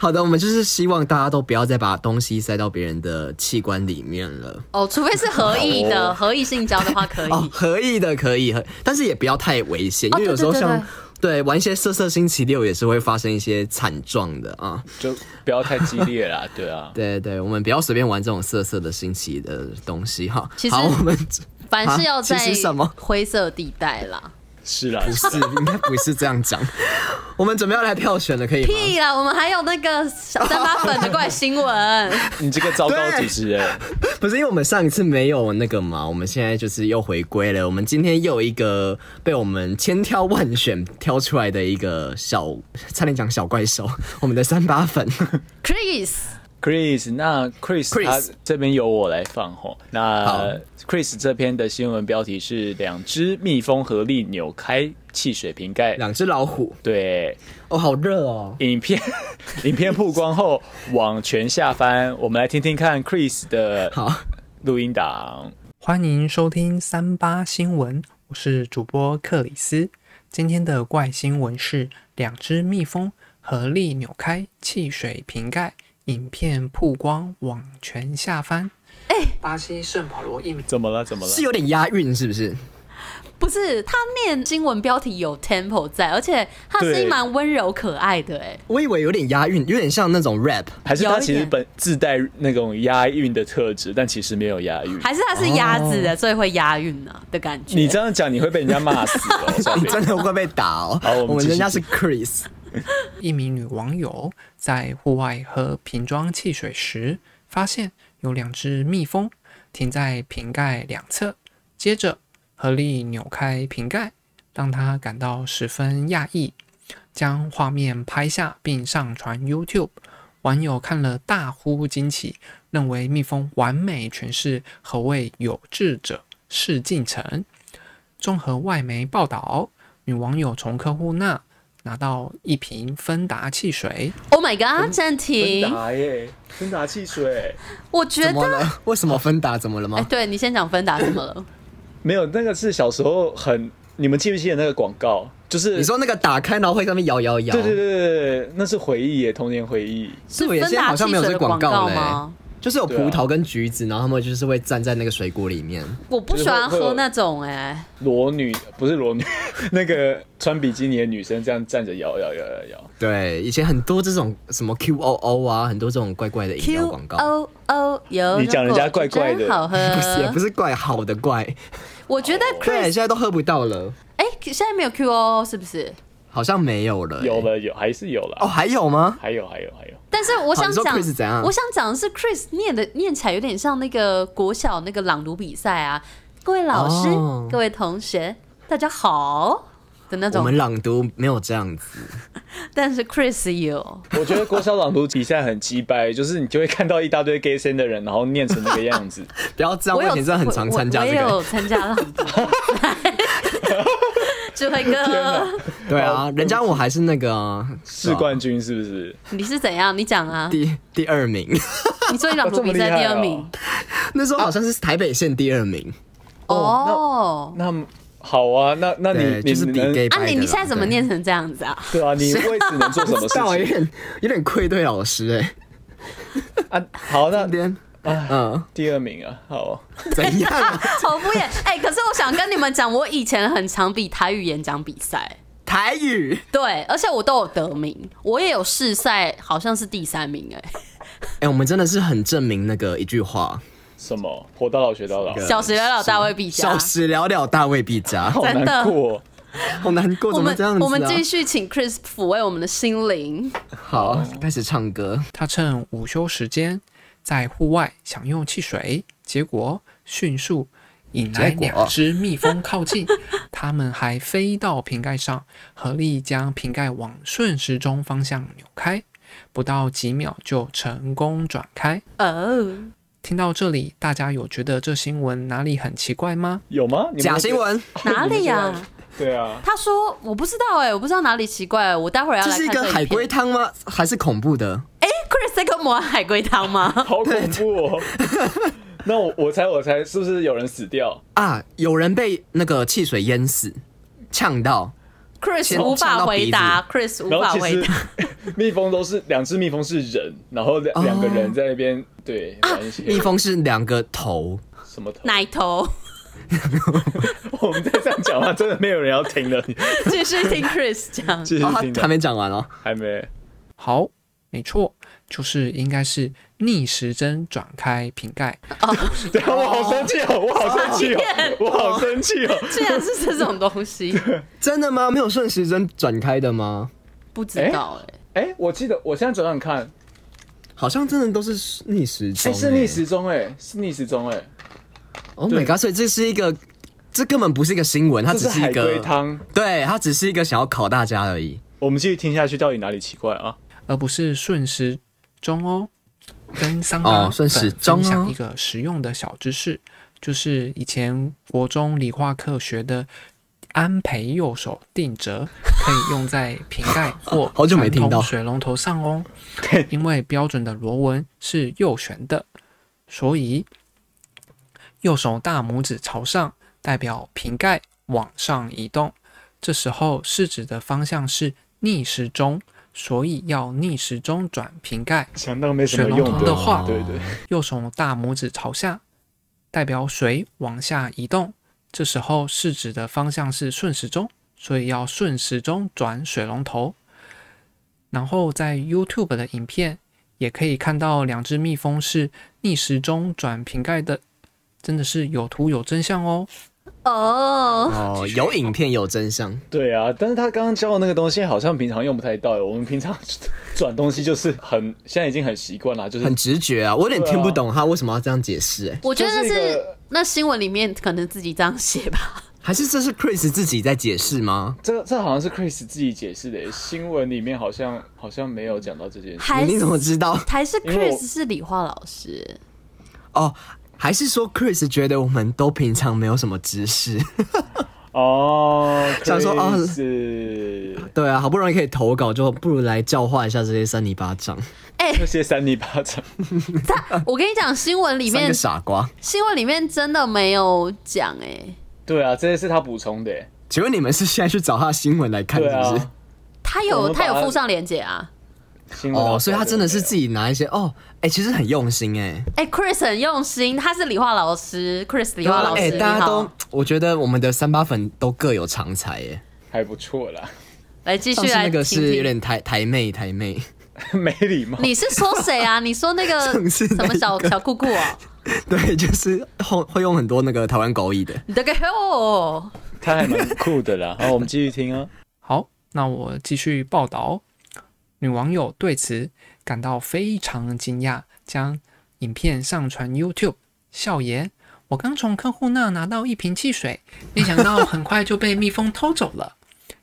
Speaker 3: 好的，我们就是希望大家都不要再把东西塞到别人的器官里面了。
Speaker 1: 哦，除非是合意
Speaker 3: *laughs*
Speaker 1: 的、
Speaker 2: 哦
Speaker 1: 合意性交的话可以。
Speaker 3: 哦，合意的可以，合但是也不要太危险，
Speaker 1: 哦
Speaker 3: 因为有时候
Speaker 1: 对对
Speaker 3: 像、
Speaker 1: 对
Speaker 3: 对玩一些色色星期六也是会发生一些惨状的啊。
Speaker 2: 就不要太激烈啦， *laughs* 对啊。
Speaker 3: 对对，我们不要随便玩这种色色的新奇的东西哈。
Speaker 1: 其实
Speaker 3: 好，我们 *laughs*
Speaker 1: 凡事要
Speaker 3: 啊其
Speaker 1: 在
Speaker 3: 实什么
Speaker 1: 灰色地带啦。
Speaker 2: 是啦
Speaker 3: 不，是，应该不是这样讲。我们准备要来票选了，可以吗？
Speaker 1: 屁啦，我们还有那个小三八粉的怪新闻，
Speaker 3: *laughs*
Speaker 2: 你这个糟糕
Speaker 3: 对
Speaker 2: 主持人，
Speaker 3: 不是因为我们上一次没有那个嘛，我们现在就是又回归了。我们今天又有一个被我们千挑万选挑出来的一个小，差点讲小怪兽，我们的三八粉。
Speaker 1: Chris。
Speaker 2: Chris，那 Chris,
Speaker 3: Chris
Speaker 2: 他这边由我来放吼。
Speaker 3: 好
Speaker 2: 那 Chris 这篇的新闻标题是“两只蜜蜂合力扭开汽水瓶
Speaker 3: *laughs*
Speaker 2: 盖
Speaker 3: 两只老虎”，。
Speaker 2: 对，
Speaker 3: 哦，好热哦！
Speaker 2: 影片影片曝光后往全下翻，我们来听听看 Chris 的
Speaker 3: 好，
Speaker 2: 录音档。
Speaker 4: 欢迎收听三八新闻，我是主播克里斯。今天的怪新闻是两只蜜蜂合力扭开汽水瓶盖，影片曝光，网全下翻。哎、巴西圣保罗一名
Speaker 2: 怎么了？怎么了？
Speaker 3: 是有点押韵，是不是？
Speaker 1: 不是，他念新闻标题有 tempo 在，而且他声音
Speaker 2: 对
Speaker 1: 蛮温柔可爱的哎、
Speaker 3: 我以为有点押韵，有点像那种 rap。
Speaker 2: 还是他
Speaker 1: 有一
Speaker 2: 其实
Speaker 1: 点
Speaker 2: 本自带那种押韵的特质，但其实没有押韵。
Speaker 1: 还是他是鸭子
Speaker 3: 哦
Speaker 1: 的，所以会押韵呢、的感觉。
Speaker 2: 你这样讲，你会被人家骂死哦！
Speaker 3: *laughs*
Speaker 2: 小
Speaker 3: 你
Speaker 2: 北
Speaker 3: 真的会被打哦！
Speaker 2: 好我们
Speaker 3: 我们
Speaker 2: 继续
Speaker 3: 人家是 Chris，
Speaker 4: 一名女网友在户外喝瓶装汽水时，发现有两只蜜蜂停在瓶盖两侧，接着合力扭开瓶盖，让她感到十分讶异，将画面拍下并上传 YouTube。网友看了大呼惊奇，认为蜜蜂完美诠释何谓有志者事竟成。综合外媒报道，女网友从客户那拿到一瓶芬达汽水。
Speaker 1: Oh my god，暂
Speaker 2: 芬
Speaker 1: 停！
Speaker 2: 达耶，芬达汽水
Speaker 1: 我觉
Speaker 3: 怎么
Speaker 1: 得，
Speaker 3: 了？为什么芬达怎么了吗
Speaker 1: 哎，？对你先讲芬达怎么
Speaker 3: *coughs*
Speaker 1: 了？
Speaker 2: 没有那个是小时候很，你们记不记得那个广告？就是
Speaker 3: 你说那个打开然后会上面摇摇摇，
Speaker 2: 对对对对对，那是回忆耶，童年回忆。
Speaker 1: 是
Speaker 3: 对耶
Speaker 1: 芬
Speaker 3: 现在
Speaker 1: 达
Speaker 3: 好
Speaker 1: 汽
Speaker 3: 像没有
Speaker 1: 水
Speaker 3: 这
Speaker 1: 的
Speaker 3: 广
Speaker 1: 广
Speaker 3: 告
Speaker 1: 告
Speaker 3: 嘞
Speaker 1: 吗？
Speaker 3: 就是有葡
Speaker 2: 对啊
Speaker 3: 萄跟橘子，然后他们就是会站在那个水果里面。
Speaker 1: 我不
Speaker 2: 就是
Speaker 1: 喜欢
Speaker 2: 会会
Speaker 1: 喝
Speaker 2: 有
Speaker 1: 那种哎，
Speaker 2: 裸女不是裸女，那个穿比基尼的女生这样站着摇摇摇摇摇，
Speaker 3: 对，以前很多这种什么 QOO 啊，很多这种怪怪的饮
Speaker 1: Q
Speaker 3: 料广告。
Speaker 1: O O 有
Speaker 2: 你讲人家怪怪的
Speaker 1: 好喝。
Speaker 3: *laughs* 不是，也不是怪好的怪，
Speaker 1: 我觉得
Speaker 3: 对，
Speaker 1: Chris，
Speaker 3: 现在都喝不到了，
Speaker 1: 哎，现在没有 Q O O 是不是？
Speaker 3: 好像没有了、
Speaker 2: 有
Speaker 3: 欸
Speaker 2: 了有还是有
Speaker 3: 哦，
Speaker 2: 了，
Speaker 3: 还有吗？
Speaker 2: 还有还有还有，
Speaker 1: 但是我想
Speaker 3: 你说
Speaker 1: 讲
Speaker 3: Chris 怎样，
Speaker 1: 我想讲的是 Chris 念的念起来有点像那个国小那个朗读比赛啊，各位老师、
Speaker 3: 哦
Speaker 1: 各位同学，大家好的那
Speaker 3: 我
Speaker 1: 种
Speaker 3: 们。朗读没有这样子，
Speaker 1: 但是 Chris 有，
Speaker 2: 我觉得国小朗读比赛很鸡掰， *laughs* 就是你就会看到一大堆 gay 生的人，然后念成那个
Speaker 3: *laughs*
Speaker 2: 样子。
Speaker 3: 不要这样。
Speaker 1: 我
Speaker 3: 我以
Speaker 1: 有
Speaker 3: 前真的很常参加这
Speaker 1: 我我我
Speaker 3: 个
Speaker 1: 有，参加朗读比 *laughs* 赛。智慧
Speaker 2: 哪
Speaker 1: 哥，
Speaker 3: 对
Speaker 2: 哦
Speaker 3: 啊，人家我还是那个啊
Speaker 2: 世冠军是不是？
Speaker 1: 你是怎样？你讲啊！
Speaker 3: 第第二名， *laughs*
Speaker 1: 你说你朗读比
Speaker 3: 哦
Speaker 1: 赛第二名
Speaker 3: 那时候好像是台北县第二名，
Speaker 1: 哦。
Speaker 2: 那么好啊，那那
Speaker 3: 对，
Speaker 2: 你
Speaker 3: 就是
Speaker 2: 你
Speaker 3: 比
Speaker 2: 能
Speaker 3: gay
Speaker 1: 啊，
Speaker 3: 白
Speaker 1: 你
Speaker 3: 的
Speaker 1: 你
Speaker 3: 啦
Speaker 1: 现在怎么？
Speaker 3: 对
Speaker 1: 念成这样子啊？
Speaker 2: 对啊，你为此能做什么
Speaker 3: 但 *laughs* 我有
Speaker 2: 事情
Speaker 3: 点有点愧对老师哎、欸，
Speaker 2: 啊？好，那
Speaker 3: 那边嗯，
Speaker 2: 第二名啊，好，
Speaker 3: 怎样、啊？
Speaker 1: *laughs* 好敷衍哎、可是我想跟你们讲，我以前很常比台语演讲比赛，
Speaker 3: *laughs* 台语，
Speaker 1: 对，而且我都有得名，我也有试赛，好像是第三名、哎，
Speaker 3: 哎、我们真的是很证明那个一句话，
Speaker 2: 什么活到老学到老，
Speaker 3: 呃
Speaker 1: 小时了老大未必佳
Speaker 3: 少。时了了，大未必佳，
Speaker 2: 好
Speaker 1: 真的
Speaker 2: 难过。哦
Speaker 3: 好难过，
Speaker 1: 我
Speaker 3: 怎么
Speaker 1: 们
Speaker 3: 这样子、啊？
Speaker 1: 我们继续请 Chris 抚慰我们的心灵。
Speaker 3: 好，开始唱歌。
Speaker 4: 他趁午休时间在户外享用汽水，结果迅速引来
Speaker 3: 结果
Speaker 4: 两只蜜蜂
Speaker 3: *laughs*
Speaker 4: 靠近，它们还飞到瓶盖上，合力将瓶盖往顺时钟方向扭开，不到几秒就成功转开。
Speaker 1: 哦，
Speaker 4: 听到这里，大家有觉得这新闻哪里很奇怪吗？
Speaker 2: 有吗？你们
Speaker 3: 假新闻，
Speaker 1: 哦哪里呀、
Speaker 2: 对啊，
Speaker 1: 他说我不知道、哎，我不知道哪里奇怪、我待会儿要
Speaker 3: 这
Speaker 1: 来
Speaker 3: 是一
Speaker 1: 看这
Speaker 3: 个海龟
Speaker 1: 片。
Speaker 3: 汤吗？还是恐怖的？
Speaker 1: 哎、c h r i s 在跟我们玩海龟汤吗？
Speaker 2: 好恐怖哦。 *laughs* 那我我猜我猜是不是有人死掉？
Speaker 3: 啊，有人被那个汽水淹死，呛到。
Speaker 1: Chris
Speaker 3: 先
Speaker 1: *laughs* 无
Speaker 3: 呛
Speaker 1: 法
Speaker 3: 到
Speaker 1: 回
Speaker 3: 鼻
Speaker 1: 答，Chris 无
Speaker 2: 然
Speaker 1: 法
Speaker 2: 后其
Speaker 1: 回
Speaker 2: 实 *laughs*
Speaker 1: 答。
Speaker 2: 蜜蜂都是两只蜜蜂是人，然后两两个人在那边对玩一些
Speaker 3: 蜜蜂是两个头，
Speaker 2: 什么头？
Speaker 1: 奶头，
Speaker 2: *laughs*
Speaker 1: *laughs*
Speaker 2: 我们再这样讲话，真的没有人要听了。你
Speaker 1: 继续听 Chris 讲。 *laughs*
Speaker 2: 继续
Speaker 3: 哦
Speaker 2: 听
Speaker 3: 他还
Speaker 2: 的，
Speaker 3: 没讲完哦。
Speaker 2: 还没。
Speaker 4: 好，没错，就是应该是逆时针转开瓶盖，
Speaker 2: 对啊，我好生气哦！我好生气哦！我好生气哦！
Speaker 1: 竟然是这种东西，
Speaker 3: 真的吗？没有顺时针转开的吗？
Speaker 1: 不知道哎、
Speaker 2: 哎，我记得我现在转转看，
Speaker 3: 好像真的都是逆时
Speaker 2: 哎，
Speaker 3: 钟、
Speaker 2: 是逆。时钟哎，是逆时钟哎，
Speaker 3: Oh my god！所以这是一个，这根本不是一个新闻，它
Speaker 2: 这
Speaker 3: 只
Speaker 2: 是海
Speaker 3: 一
Speaker 2: 龟
Speaker 3: 个，
Speaker 2: 汤。
Speaker 3: 对，它只是一个想要考大家而已。
Speaker 2: 我们继续听下去，到底哪里奇怪啊？
Speaker 4: 而不是顺时钟哦。跟桑达
Speaker 3: 哦顺时钟哦
Speaker 4: 分享一个实用的小知识，就是以前国中理化课学的安培右手
Speaker 3: *laughs*
Speaker 4: 定折，可以用在瓶盖或
Speaker 3: 好久没听到
Speaker 4: 传统水龙头上哦。因为标准的螺纹是右旋的，所以右手大拇指朝上，代表瓶盖往上移动。这时候试纸的方向是逆时钟，所以要逆时钟转瓶盖。
Speaker 2: 相当没什么
Speaker 4: 水龙
Speaker 2: 用
Speaker 4: 头的话
Speaker 2: 对对。
Speaker 4: 右手大拇指朝下，代表水往下移动。这时候试纸的方向是顺时钟，所以要顺时钟转水龙头。然后在 YouTube 的影片也可以看到两只蜜蜂是逆时钟转瓶盖的，真的是有图有真相哦。
Speaker 1: 哦，
Speaker 2: *laughs*
Speaker 3: 哦，有影片有真相。
Speaker 2: 对啊，但是他刚刚教的那个东西好像平常用不太到耶，我们平常转东西就是很现在已经很习惯了，就是
Speaker 3: 很直觉啊，我有点
Speaker 2: 对啊
Speaker 3: 听不懂他为什么要这样解释、
Speaker 2: 啊
Speaker 3: 哎，
Speaker 1: 我觉得那
Speaker 2: 就是一
Speaker 1: 是
Speaker 2: 个
Speaker 1: 那新闻里面可能自己这样写吧。
Speaker 3: 还是这是 Chris 自己在解释吗？
Speaker 2: 这这好像是 Chris 自己解释的耶，新闻里面好像好像没有讲到这件事。
Speaker 1: 还
Speaker 3: 你
Speaker 1: 是
Speaker 3: 怎么知道？
Speaker 1: *laughs* 还是
Speaker 2: 因为我
Speaker 1: Chris 是理化老师？
Speaker 3: 哦，还是说 Chris 觉得我们都平常没有什么知识？
Speaker 2: 哦，
Speaker 3: 想说哦
Speaker 2: 是
Speaker 3: *laughs* 对啊，好不容易可以投稿，就不如来教化一下这些三泥巴掌，
Speaker 1: 哎、
Speaker 2: 那些三泥巴掌，
Speaker 1: 他我跟你讲，新闻里
Speaker 3: 啊三
Speaker 1: 面
Speaker 3: 个傻瓜。
Speaker 1: 新闻里面真的没有讲哎、
Speaker 2: 对啊，这些是他补充的耶，
Speaker 3: 请问你们是现在去找他的新闻来看，是
Speaker 2: 对
Speaker 3: 不是？
Speaker 2: 啊，
Speaker 1: 他
Speaker 2: 我
Speaker 1: 有
Speaker 2: 们
Speaker 1: 他
Speaker 2: 把
Speaker 1: 有
Speaker 2: 它
Speaker 1: 附上链接啊。
Speaker 2: 新闻
Speaker 3: 哦，
Speaker 2: 到
Speaker 3: 所以他
Speaker 2: 这
Speaker 3: 真的是
Speaker 2: 没有
Speaker 3: 自己拿一些哦，哎、其实很用心哎、
Speaker 1: 哎、c h r i s 很用心，他是理化老师，Chris 理啊化老师，
Speaker 3: 哎、
Speaker 1: 你
Speaker 3: 大家
Speaker 1: 好
Speaker 3: 都，我觉得我们的三八粉都各有长才耶。
Speaker 2: 还不错啦， *laughs*
Speaker 1: 来继
Speaker 3: 上
Speaker 1: 续
Speaker 3: 次
Speaker 1: 来
Speaker 3: 那
Speaker 1: 听
Speaker 3: 个是有
Speaker 1: 听。
Speaker 3: 点台台妹台妹， *laughs*
Speaker 2: 没礼貌。
Speaker 1: 你是说谁啊？你说那个
Speaker 3: 上次
Speaker 1: 什
Speaker 3: 那
Speaker 1: 么
Speaker 3: 个
Speaker 1: 小小酷酷哦？
Speaker 3: 对，就是会会用很多那个台湾狗语的。
Speaker 1: 你的给哦我，
Speaker 2: 他还蛮酷的啦。好，我们继续听啊。
Speaker 4: 好，那我继续报道。女网友对此感到非常惊讶，将影片上传 YouTube，笑言：“我刚从客户那拿到一瓶汽水，没想到很快就被蜜蜂偷走了。”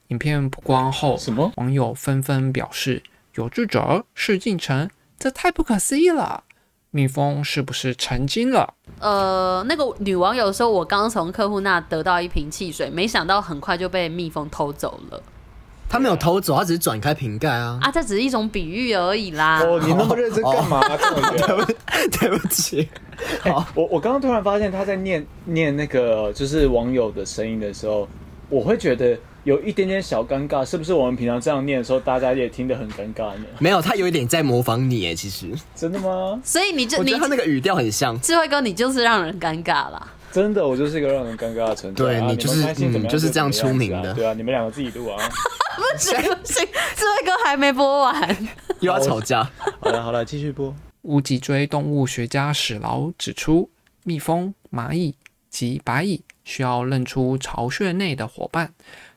Speaker 4: 影片曝光后，
Speaker 2: 什么？
Speaker 4: 网友纷纷表示：“有志者事竟成，这太不可思议了！蜜蜂是不是成精了
Speaker 1: 呃，那个女网友说，我刚从客户那得到一瓶汽水，没想到很快就被蜜蜂偷走了
Speaker 3: 他没有偷走，他只是转开瓶盖啊。
Speaker 1: 啊！这只是一种比喻而已啦。
Speaker 2: 哦，你那么认真干嘛？
Speaker 3: 哦
Speaker 2: 这种人
Speaker 1: 啊
Speaker 3: *laughs* 对不起，
Speaker 2: 哎我我刚刚突然发现他在念念那个就是网友的声音的时候，我会觉得有一点点小尴尬，是不是？我们平常这样念的时候，大家也听得很尴尬呢？ *laughs*
Speaker 3: 没有，他有一点在模仿你哎，其实
Speaker 2: 真的吗？
Speaker 1: 所以你就
Speaker 3: 我觉
Speaker 1: 你
Speaker 3: 得他那个语调很像。
Speaker 1: 智慧哥，你就是让人尴尬啦。
Speaker 2: 真的，我就是一个让人尴尬的存在。
Speaker 3: 对
Speaker 2: 啊
Speaker 3: 你
Speaker 2: 你
Speaker 3: 就
Speaker 2: 们
Speaker 3: 是
Speaker 2: 开心怎么
Speaker 3: 嗯就是这样
Speaker 2: 就怎么
Speaker 3: 出名
Speaker 2: 子
Speaker 3: 的
Speaker 2: 啊对啊，你们两个自己
Speaker 3: *laughs*
Speaker 2: 录啊。
Speaker 1: 不行不行，智慧哥还没播完。
Speaker 3: 又要吵架，
Speaker 2: 好了好了，继续播。？”
Speaker 4: 无脊椎动物学家史劳指出，蜜蜂、蚂蚁及白蚁需要认出巢穴内的伙伴，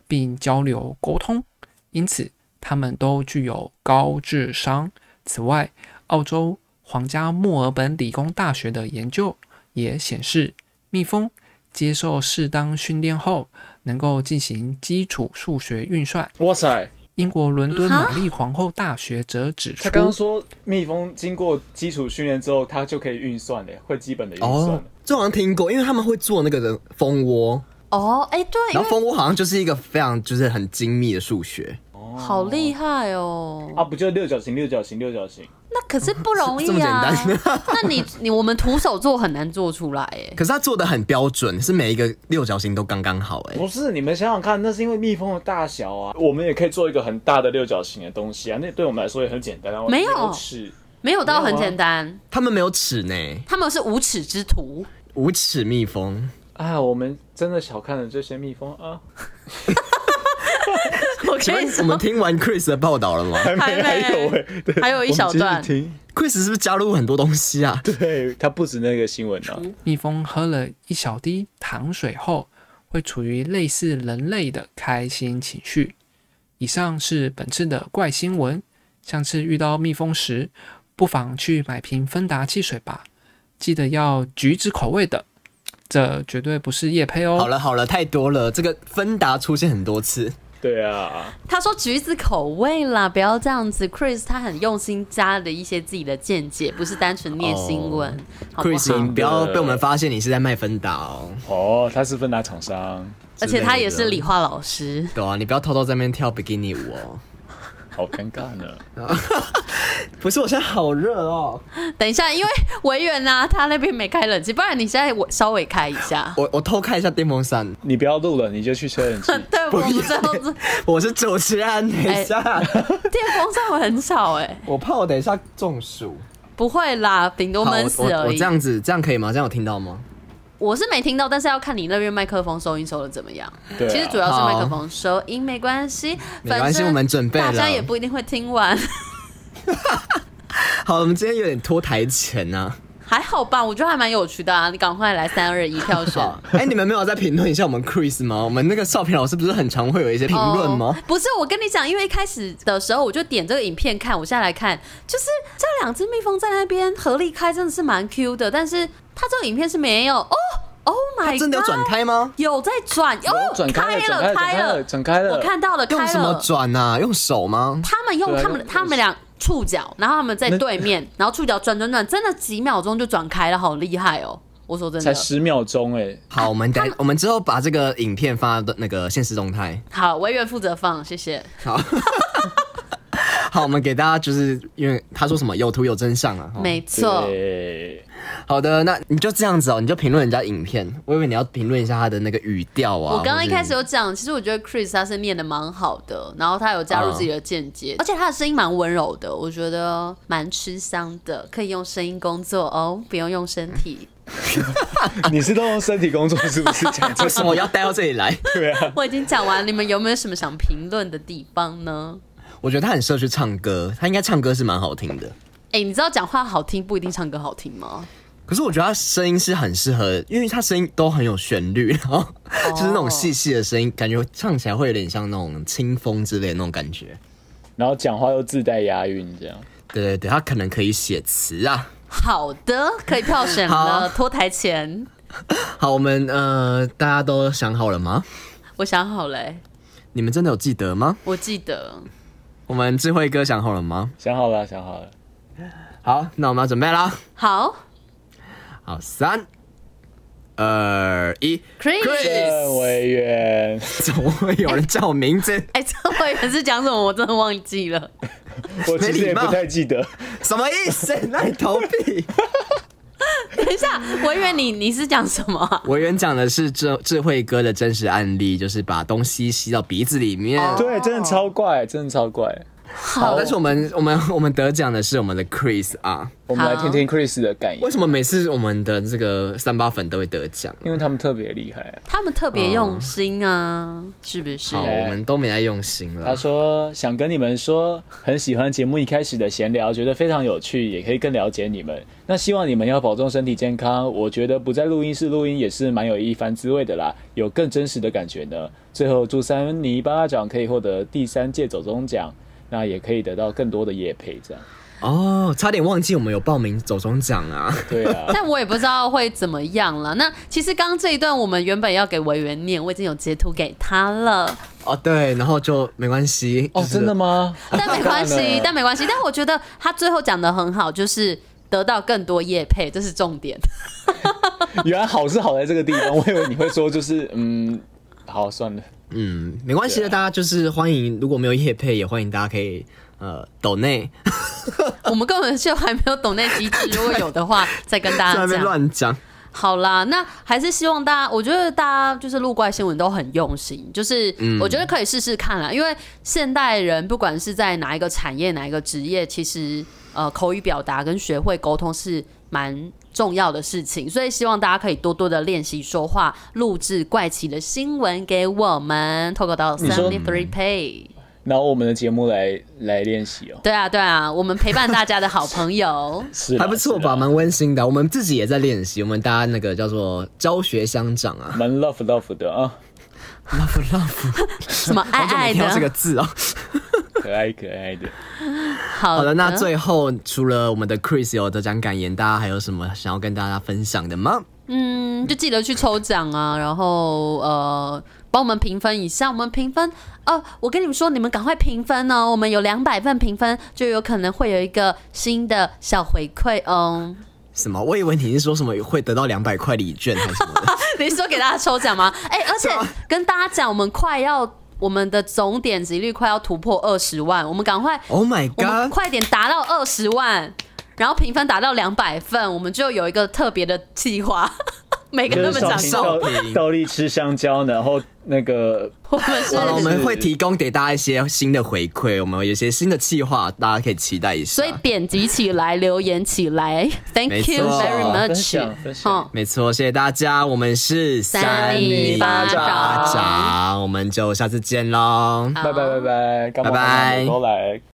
Speaker 4: 并交流沟通，因此它们都具有高智商。此外，澳洲皇家墨尔本理工大学的研究也显示，蜜蜂接受适当训练后，能够进行基础数学运算。
Speaker 2: 哇塞，
Speaker 4: 英国伦敦玛丽皇后大学则指出，
Speaker 2: 他啊刚刚说蜜蜂经过基础训练之后，它就可以运算嘞，会基本的运算
Speaker 3: 哦
Speaker 2: 了。，
Speaker 3: 这好像听过，因为他们会做那个人蜂窝，
Speaker 1: 哦，哎、对，因
Speaker 3: 然
Speaker 1: 为
Speaker 3: 后蜂窝好像就是一个非常就是很精密的数学，
Speaker 1: 好厉害哦。
Speaker 2: 啊，不就六角形、六角形、六角形？
Speaker 1: 那可是不容
Speaker 3: *laughs*
Speaker 1: 易
Speaker 3: 这么简
Speaker 1: 啊。
Speaker 3: 单
Speaker 1: 那你你我们徒手做很难做出来哎。
Speaker 3: 可是他做的很标准，是每一个六角形都刚刚好哎。
Speaker 2: 不是，你们想想看，那是因为蜜蜂的大小啊。我们也可以做一个很大的六角形的东西啊，那对我们来说也很简单啊。
Speaker 1: 没有
Speaker 2: 是
Speaker 1: 没有到
Speaker 2: 没
Speaker 1: 很
Speaker 2: 有啊
Speaker 1: 简单，
Speaker 3: 他们没有齿呢，
Speaker 1: 他们是无耻之徒。
Speaker 3: 无齿蜜蜂。
Speaker 2: 啊，我们真的小看了这些蜜蜂啊。
Speaker 1: 我
Speaker 3: 请问
Speaker 1: 跟你
Speaker 3: 我
Speaker 1: 说
Speaker 3: 们，听完 Chris 的报道了
Speaker 1: *laughs*
Speaker 3: 吗
Speaker 1: 还没
Speaker 2: 还有哎、对
Speaker 1: 还有一小段
Speaker 2: 我们继续听，
Speaker 3: ？Chris 是不是加入很多东西啊？
Speaker 2: 对，它不止那个新闻
Speaker 1: 嗯
Speaker 2: 啊，
Speaker 4: 蜜蜂喝了一小滴糖水后，会处于类似人类的开心情绪。以上是本次的怪新闻。下次遇到蜜蜂时，不妨去买瓶芬达汽水吧，记得要橘子口味的，这绝对不是夜配哦。
Speaker 3: 好了好了，太多了，这个芬达出现很多次。
Speaker 2: 对啊，
Speaker 1: 他说橘子口味啦，不要这样子。Chris 他很用心加了一些自己的见解，不是单纯念新闻好不
Speaker 3: 哦 Chris，
Speaker 1: 好
Speaker 3: 你？不要被我们发现你是在卖芬达哦。
Speaker 2: 哦，它是芬达厂商，
Speaker 1: 而且他也
Speaker 3: 之
Speaker 1: 是
Speaker 3: 类的
Speaker 1: 理化老师。 *laughs*
Speaker 3: 对啊，你不要偷偷在那边跳比基尼舞哦。
Speaker 2: 好尴尬呢。 *laughs*
Speaker 3: 不是，我现在好热哦。
Speaker 1: 等一下，因为维园呐，他那边没开冷气，不然你现在我稍微开一下。
Speaker 3: 我我偷看一下电风扇，
Speaker 2: 你不要录了，你就去吹冷
Speaker 1: *laughs*
Speaker 2: 气。
Speaker 1: 对，我们最后是
Speaker 3: 我是主持人，等一下，
Speaker 1: 电风扇我很少哎、
Speaker 3: 我怕我等一下中暑。
Speaker 1: 不会啦，顶多
Speaker 3: 好
Speaker 1: 闷
Speaker 3: 我
Speaker 1: 死
Speaker 3: 我
Speaker 1: 而
Speaker 3: 我
Speaker 1: 已
Speaker 3: 这。样子，这样可以吗？这样有听到吗？
Speaker 1: 我是没听到，但是要看你那边麦克风收音收的怎么样。
Speaker 2: 对啊
Speaker 1: 其实主要是麦克风收音没关系，
Speaker 3: 没
Speaker 1: 反
Speaker 3: 关系，我
Speaker 1: 正
Speaker 3: 们准备
Speaker 1: 大
Speaker 3: 了。
Speaker 1: 家也不一定会听完，
Speaker 3: 好，我们今天有点拖台前啊。
Speaker 1: 还好吧？我觉得还蛮有趣的啊！你赶快来三二一票选。
Speaker 3: 好，哎、你们没有在评论一下我们 Chris 吗？我们那个少平老师不是很常会有一些评论吗
Speaker 1: 哦不是，我跟你讲，因为一开始的时候我就点这个影片看，我现在来看，就是这两只蜜蜂在那边合力开，真的是蛮 Q 的，但是它这个影片是没有哦。Oh my
Speaker 3: 他
Speaker 1: god！
Speaker 3: 真的有转开吗？
Speaker 1: 有在转，哦，
Speaker 2: 转开了
Speaker 1: 了，
Speaker 2: 转开了
Speaker 1: 了，
Speaker 2: 转呃开了
Speaker 1: 我看到了，
Speaker 3: 用
Speaker 1: 开
Speaker 3: 什么
Speaker 1: 了。
Speaker 3: 转啊？用手吗？
Speaker 1: 他们用
Speaker 2: 对啊
Speaker 1: 他们
Speaker 2: 用
Speaker 1: 他们俩触角，然后他们在对面，然后触角转转转，真的几秒钟就转开了，好厉害哦！我说真
Speaker 2: 才
Speaker 1: 的，
Speaker 2: 十秒钟哎，
Speaker 3: 好，我们等我们之后把这个影片放到那个现实动态。
Speaker 1: 好，委员负责放，谢谢。
Speaker 3: 好，好，我们给大家就是因为他说什么有图有真相啊。哦
Speaker 1: 没错，
Speaker 2: 对，
Speaker 3: 好的，那你就这样子哦，你就评论人家影片。我以为你要评论一下他的那个语调啊。
Speaker 1: 我刚刚一开始
Speaker 3: 或
Speaker 1: 有讲，其实我觉得 Chris 他是念的蛮好的，然后他有加入自己的见解，
Speaker 3: 嗯
Speaker 1: 而且他的声音蛮温柔的，我觉得蛮吃香的，可以用声音工作哦，不用用身体。
Speaker 2: 你是都用身体工作是不
Speaker 1: *laughs* 啊
Speaker 2: 是？讲
Speaker 3: 是
Speaker 2: 这
Speaker 3: 为什么我要带到这里来？
Speaker 1: 我已经讲完，你们有没有什么想评论的地方呢？
Speaker 3: 我觉得他很适合去唱歌，他应该唱歌是蛮好听的。
Speaker 1: 哎、你知道讲话好听不一定唱歌好听吗？
Speaker 3: 可是我觉得他声音是很适合，因为他声音都很有旋律， *laughs* 然后就是那种细细的声音，感觉唱起来会有点像那种清风之类的那种感觉。
Speaker 2: 然后讲话又自带押韵这样。
Speaker 3: 对对对，他可能可以写词啊。
Speaker 1: 好的，可以票选
Speaker 3: 好
Speaker 1: 了，脱台前，
Speaker 3: 好，我们呃，大家都想好了吗？
Speaker 1: 我想好了欸、
Speaker 3: 你们真的有记得吗？
Speaker 1: 我记得。
Speaker 3: 我们智慧哥想好了吗？
Speaker 2: 想好了，想好了，
Speaker 3: 好，那我们要准备啦。
Speaker 1: 好
Speaker 3: 好，三、二、一。
Speaker 1: ，Chris，
Speaker 2: 郑委员，
Speaker 3: 怎么会有人叫我名字？
Speaker 1: *laughs* 哎、这委员是讲什么？我真的忘记了。
Speaker 2: 我其实也不太记得。
Speaker 3: 什么意思？ *laughs* 那你投币？
Speaker 1: 等一下，我以为你你是讲什么啊、
Speaker 3: 委员讲的是智智慧哥的真实案例，就是把东西吸到鼻子里面。
Speaker 2: 对，真的超怪，真的超怪。
Speaker 3: 好，但是我们我们我们得奖的是我们的 Chris 啊。
Speaker 2: 我们来
Speaker 1: 好
Speaker 2: 听听 Chris 的感言
Speaker 3: 为，什么每次我们的这个三八粉都会得奖？
Speaker 2: 因为他们特别厉害啊。
Speaker 1: 他们特别用心啊，是不是，
Speaker 3: 好，？我们都没在用心
Speaker 2: 他
Speaker 3: 了。
Speaker 2: 说想跟你们说，很喜欢节目一开始的闲聊，觉得非常有趣，也可以更了解你们。那希望你们要保重身体健康。我觉得不在录音室录音也是蛮有一番滋味的啦，有更真实的感觉呢。最后祝三尼巴拉奖可以获得第三届走中奖，那也可以得到更多的业配，这样。
Speaker 3: 哦，差点忘记我们有报名走中奖
Speaker 2: *laughs*
Speaker 3: 啊。
Speaker 2: 对啊
Speaker 1: *laughs* 但我也不知道会怎么样了。那其实刚刚这一段我们原本要给委员念，我已经有截图给他了，
Speaker 3: 哦，对，然后就没关系。
Speaker 2: 哦
Speaker 3: 就，是
Speaker 2: 真的 *laughs* 吗？
Speaker 1: 但没关
Speaker 2: 当然
Speaker 1: 系
Speaker 2: 了，
Speaker 1: 但没关系。但我觉得他最后讲的很好，就是得到更多业配，这是重点。
Speaker 2: *laughs* 原来好是好在这个地方，我 *laughs* 以为你会说就是嗯，好算了，
Speaker 3: 嗯，没关系
Speaker 2: 啊
Speaker 3: 的，大家就是欢迎，如果没有夜配，也欢迎大家可以呃抖内，
Speaker 1: 我们根本就还没有懂那机制，如果有的话再跟大
Speaker 3: 在那
Speaker 1: 家
Speaker 2: 啊
Speaker 3: 边
Speaker 1: 讲。
Speaker 3: 乱讲。
Speaker 1: 好啦，那还是希望大家，我觉得大家就是录怪新闻都很用心，就是
Speaker 3: 嗯
Speaker 1: 我觉得可以试试看啦，因为现代人不管是在哪一个产业、哪一个职业，其实呃口语表达跟学会沟通是蛮。重要的事情，所以希望大家可以多多的练习说话，录制怪奇的新闻给我们，透过到
Speaker 2: 你
Speaker 3: 嗯
Speaker 2: 说
Speaker 1: Seventy Three Pay。
Speaker 2: 拿我们的节目来来练习哦，
Speaker 1: 对啊，对啊，我们陪伴大家的好
Speaker 3: *laughs*
Speaker 1: 朋友。
Speaker 2: 是啦
Speaker 3: 还不错
Speaker 2: 是啦
Speaker 3: 吧，蛮温馨的。啊我们自己也在练习，我们大家那个叫做教学相长啊
Speaker 2: 蛮 love love 的啊，
Speaker 3: ，love love，
Speaker 1: 什么爱
Speaker 3: 好久
Speaker 1: 爱
Speaker 3: 没听到这个
Speaker 1: 的，
Speaker 3: 字哦。
Speaker 2: 可爱可爱 *laughs* 的。
Speaker 1: 好
Speaker 3: 好的，那最后除了我们的 Chris 有得奖感言，大家还有什么想要跟大家分享的吗？
Speaker 1: 嗯，就记得去抽奖啊，然后呃，帮我们评分一下，我们评分哦，我跟你们说，你们赶快评分哦，我们有两百份评分，就有可能会有一个新的小回馈哦。 *laughs*
Speaker 3: 什么？我以为你是说什么会得到两百块礼券还是什么的？
Speaker 1: 你是说给大家抽奖吗？哎、而且跟大家讲，我们快要我们的总点击率快要突破二十万，我们赶快
Speaker 3: Oh my
Speaker 1: *laughs* 我们
Speaker 3: god！
Speaker 1: 快点达到二十万，然后评分达到两百份，我们就有一个特别的计划， *laughs* 每个
Speaker 2: 就
Speaker 1: 人
Speaker 2: 是
Speaker 1: 都
Speaker 2: 少
Speaker 1: 讲
Speaker 2: 平
Speaker 1: 过，
Speaker 3: 少
Speaker 2: 倒
Speaker 3: 平
Speaker 2: 倒立吃香蕉，然后那个
Speaker 1: 我们是
Speaker 3: 好了，我们
Speaker 2: 是
Speaker 3: 会提供给大家一些新的回馈，我们有一些新的计划，大家可以期待一下。
Speaker 1: 所以点击起来，留言起来
Speaker 3: *laughs* 没
Speaker 1: ，Thank
Speaker 3: 错
Speaker 1: you very
Speaker 2: 分
Speaker 1: much
Speaker 2: 享分享
Speaker 1: 哦
Speaker 3: 没错，谢谢大家，我们是
Speaker 1: 三
Speaker 3: 尼
Speaker 1: 尼
Speaker 3: 巴
Speaker 1: 巴
Speaker 3: 掌
Speaker 1: 掌
Speaker 3: 巴掌，我们就下次见喽。
Speaker 2: 拜拜拜拜，干嘛
Speaker 3: 拜拜
Speaker 2: 都来。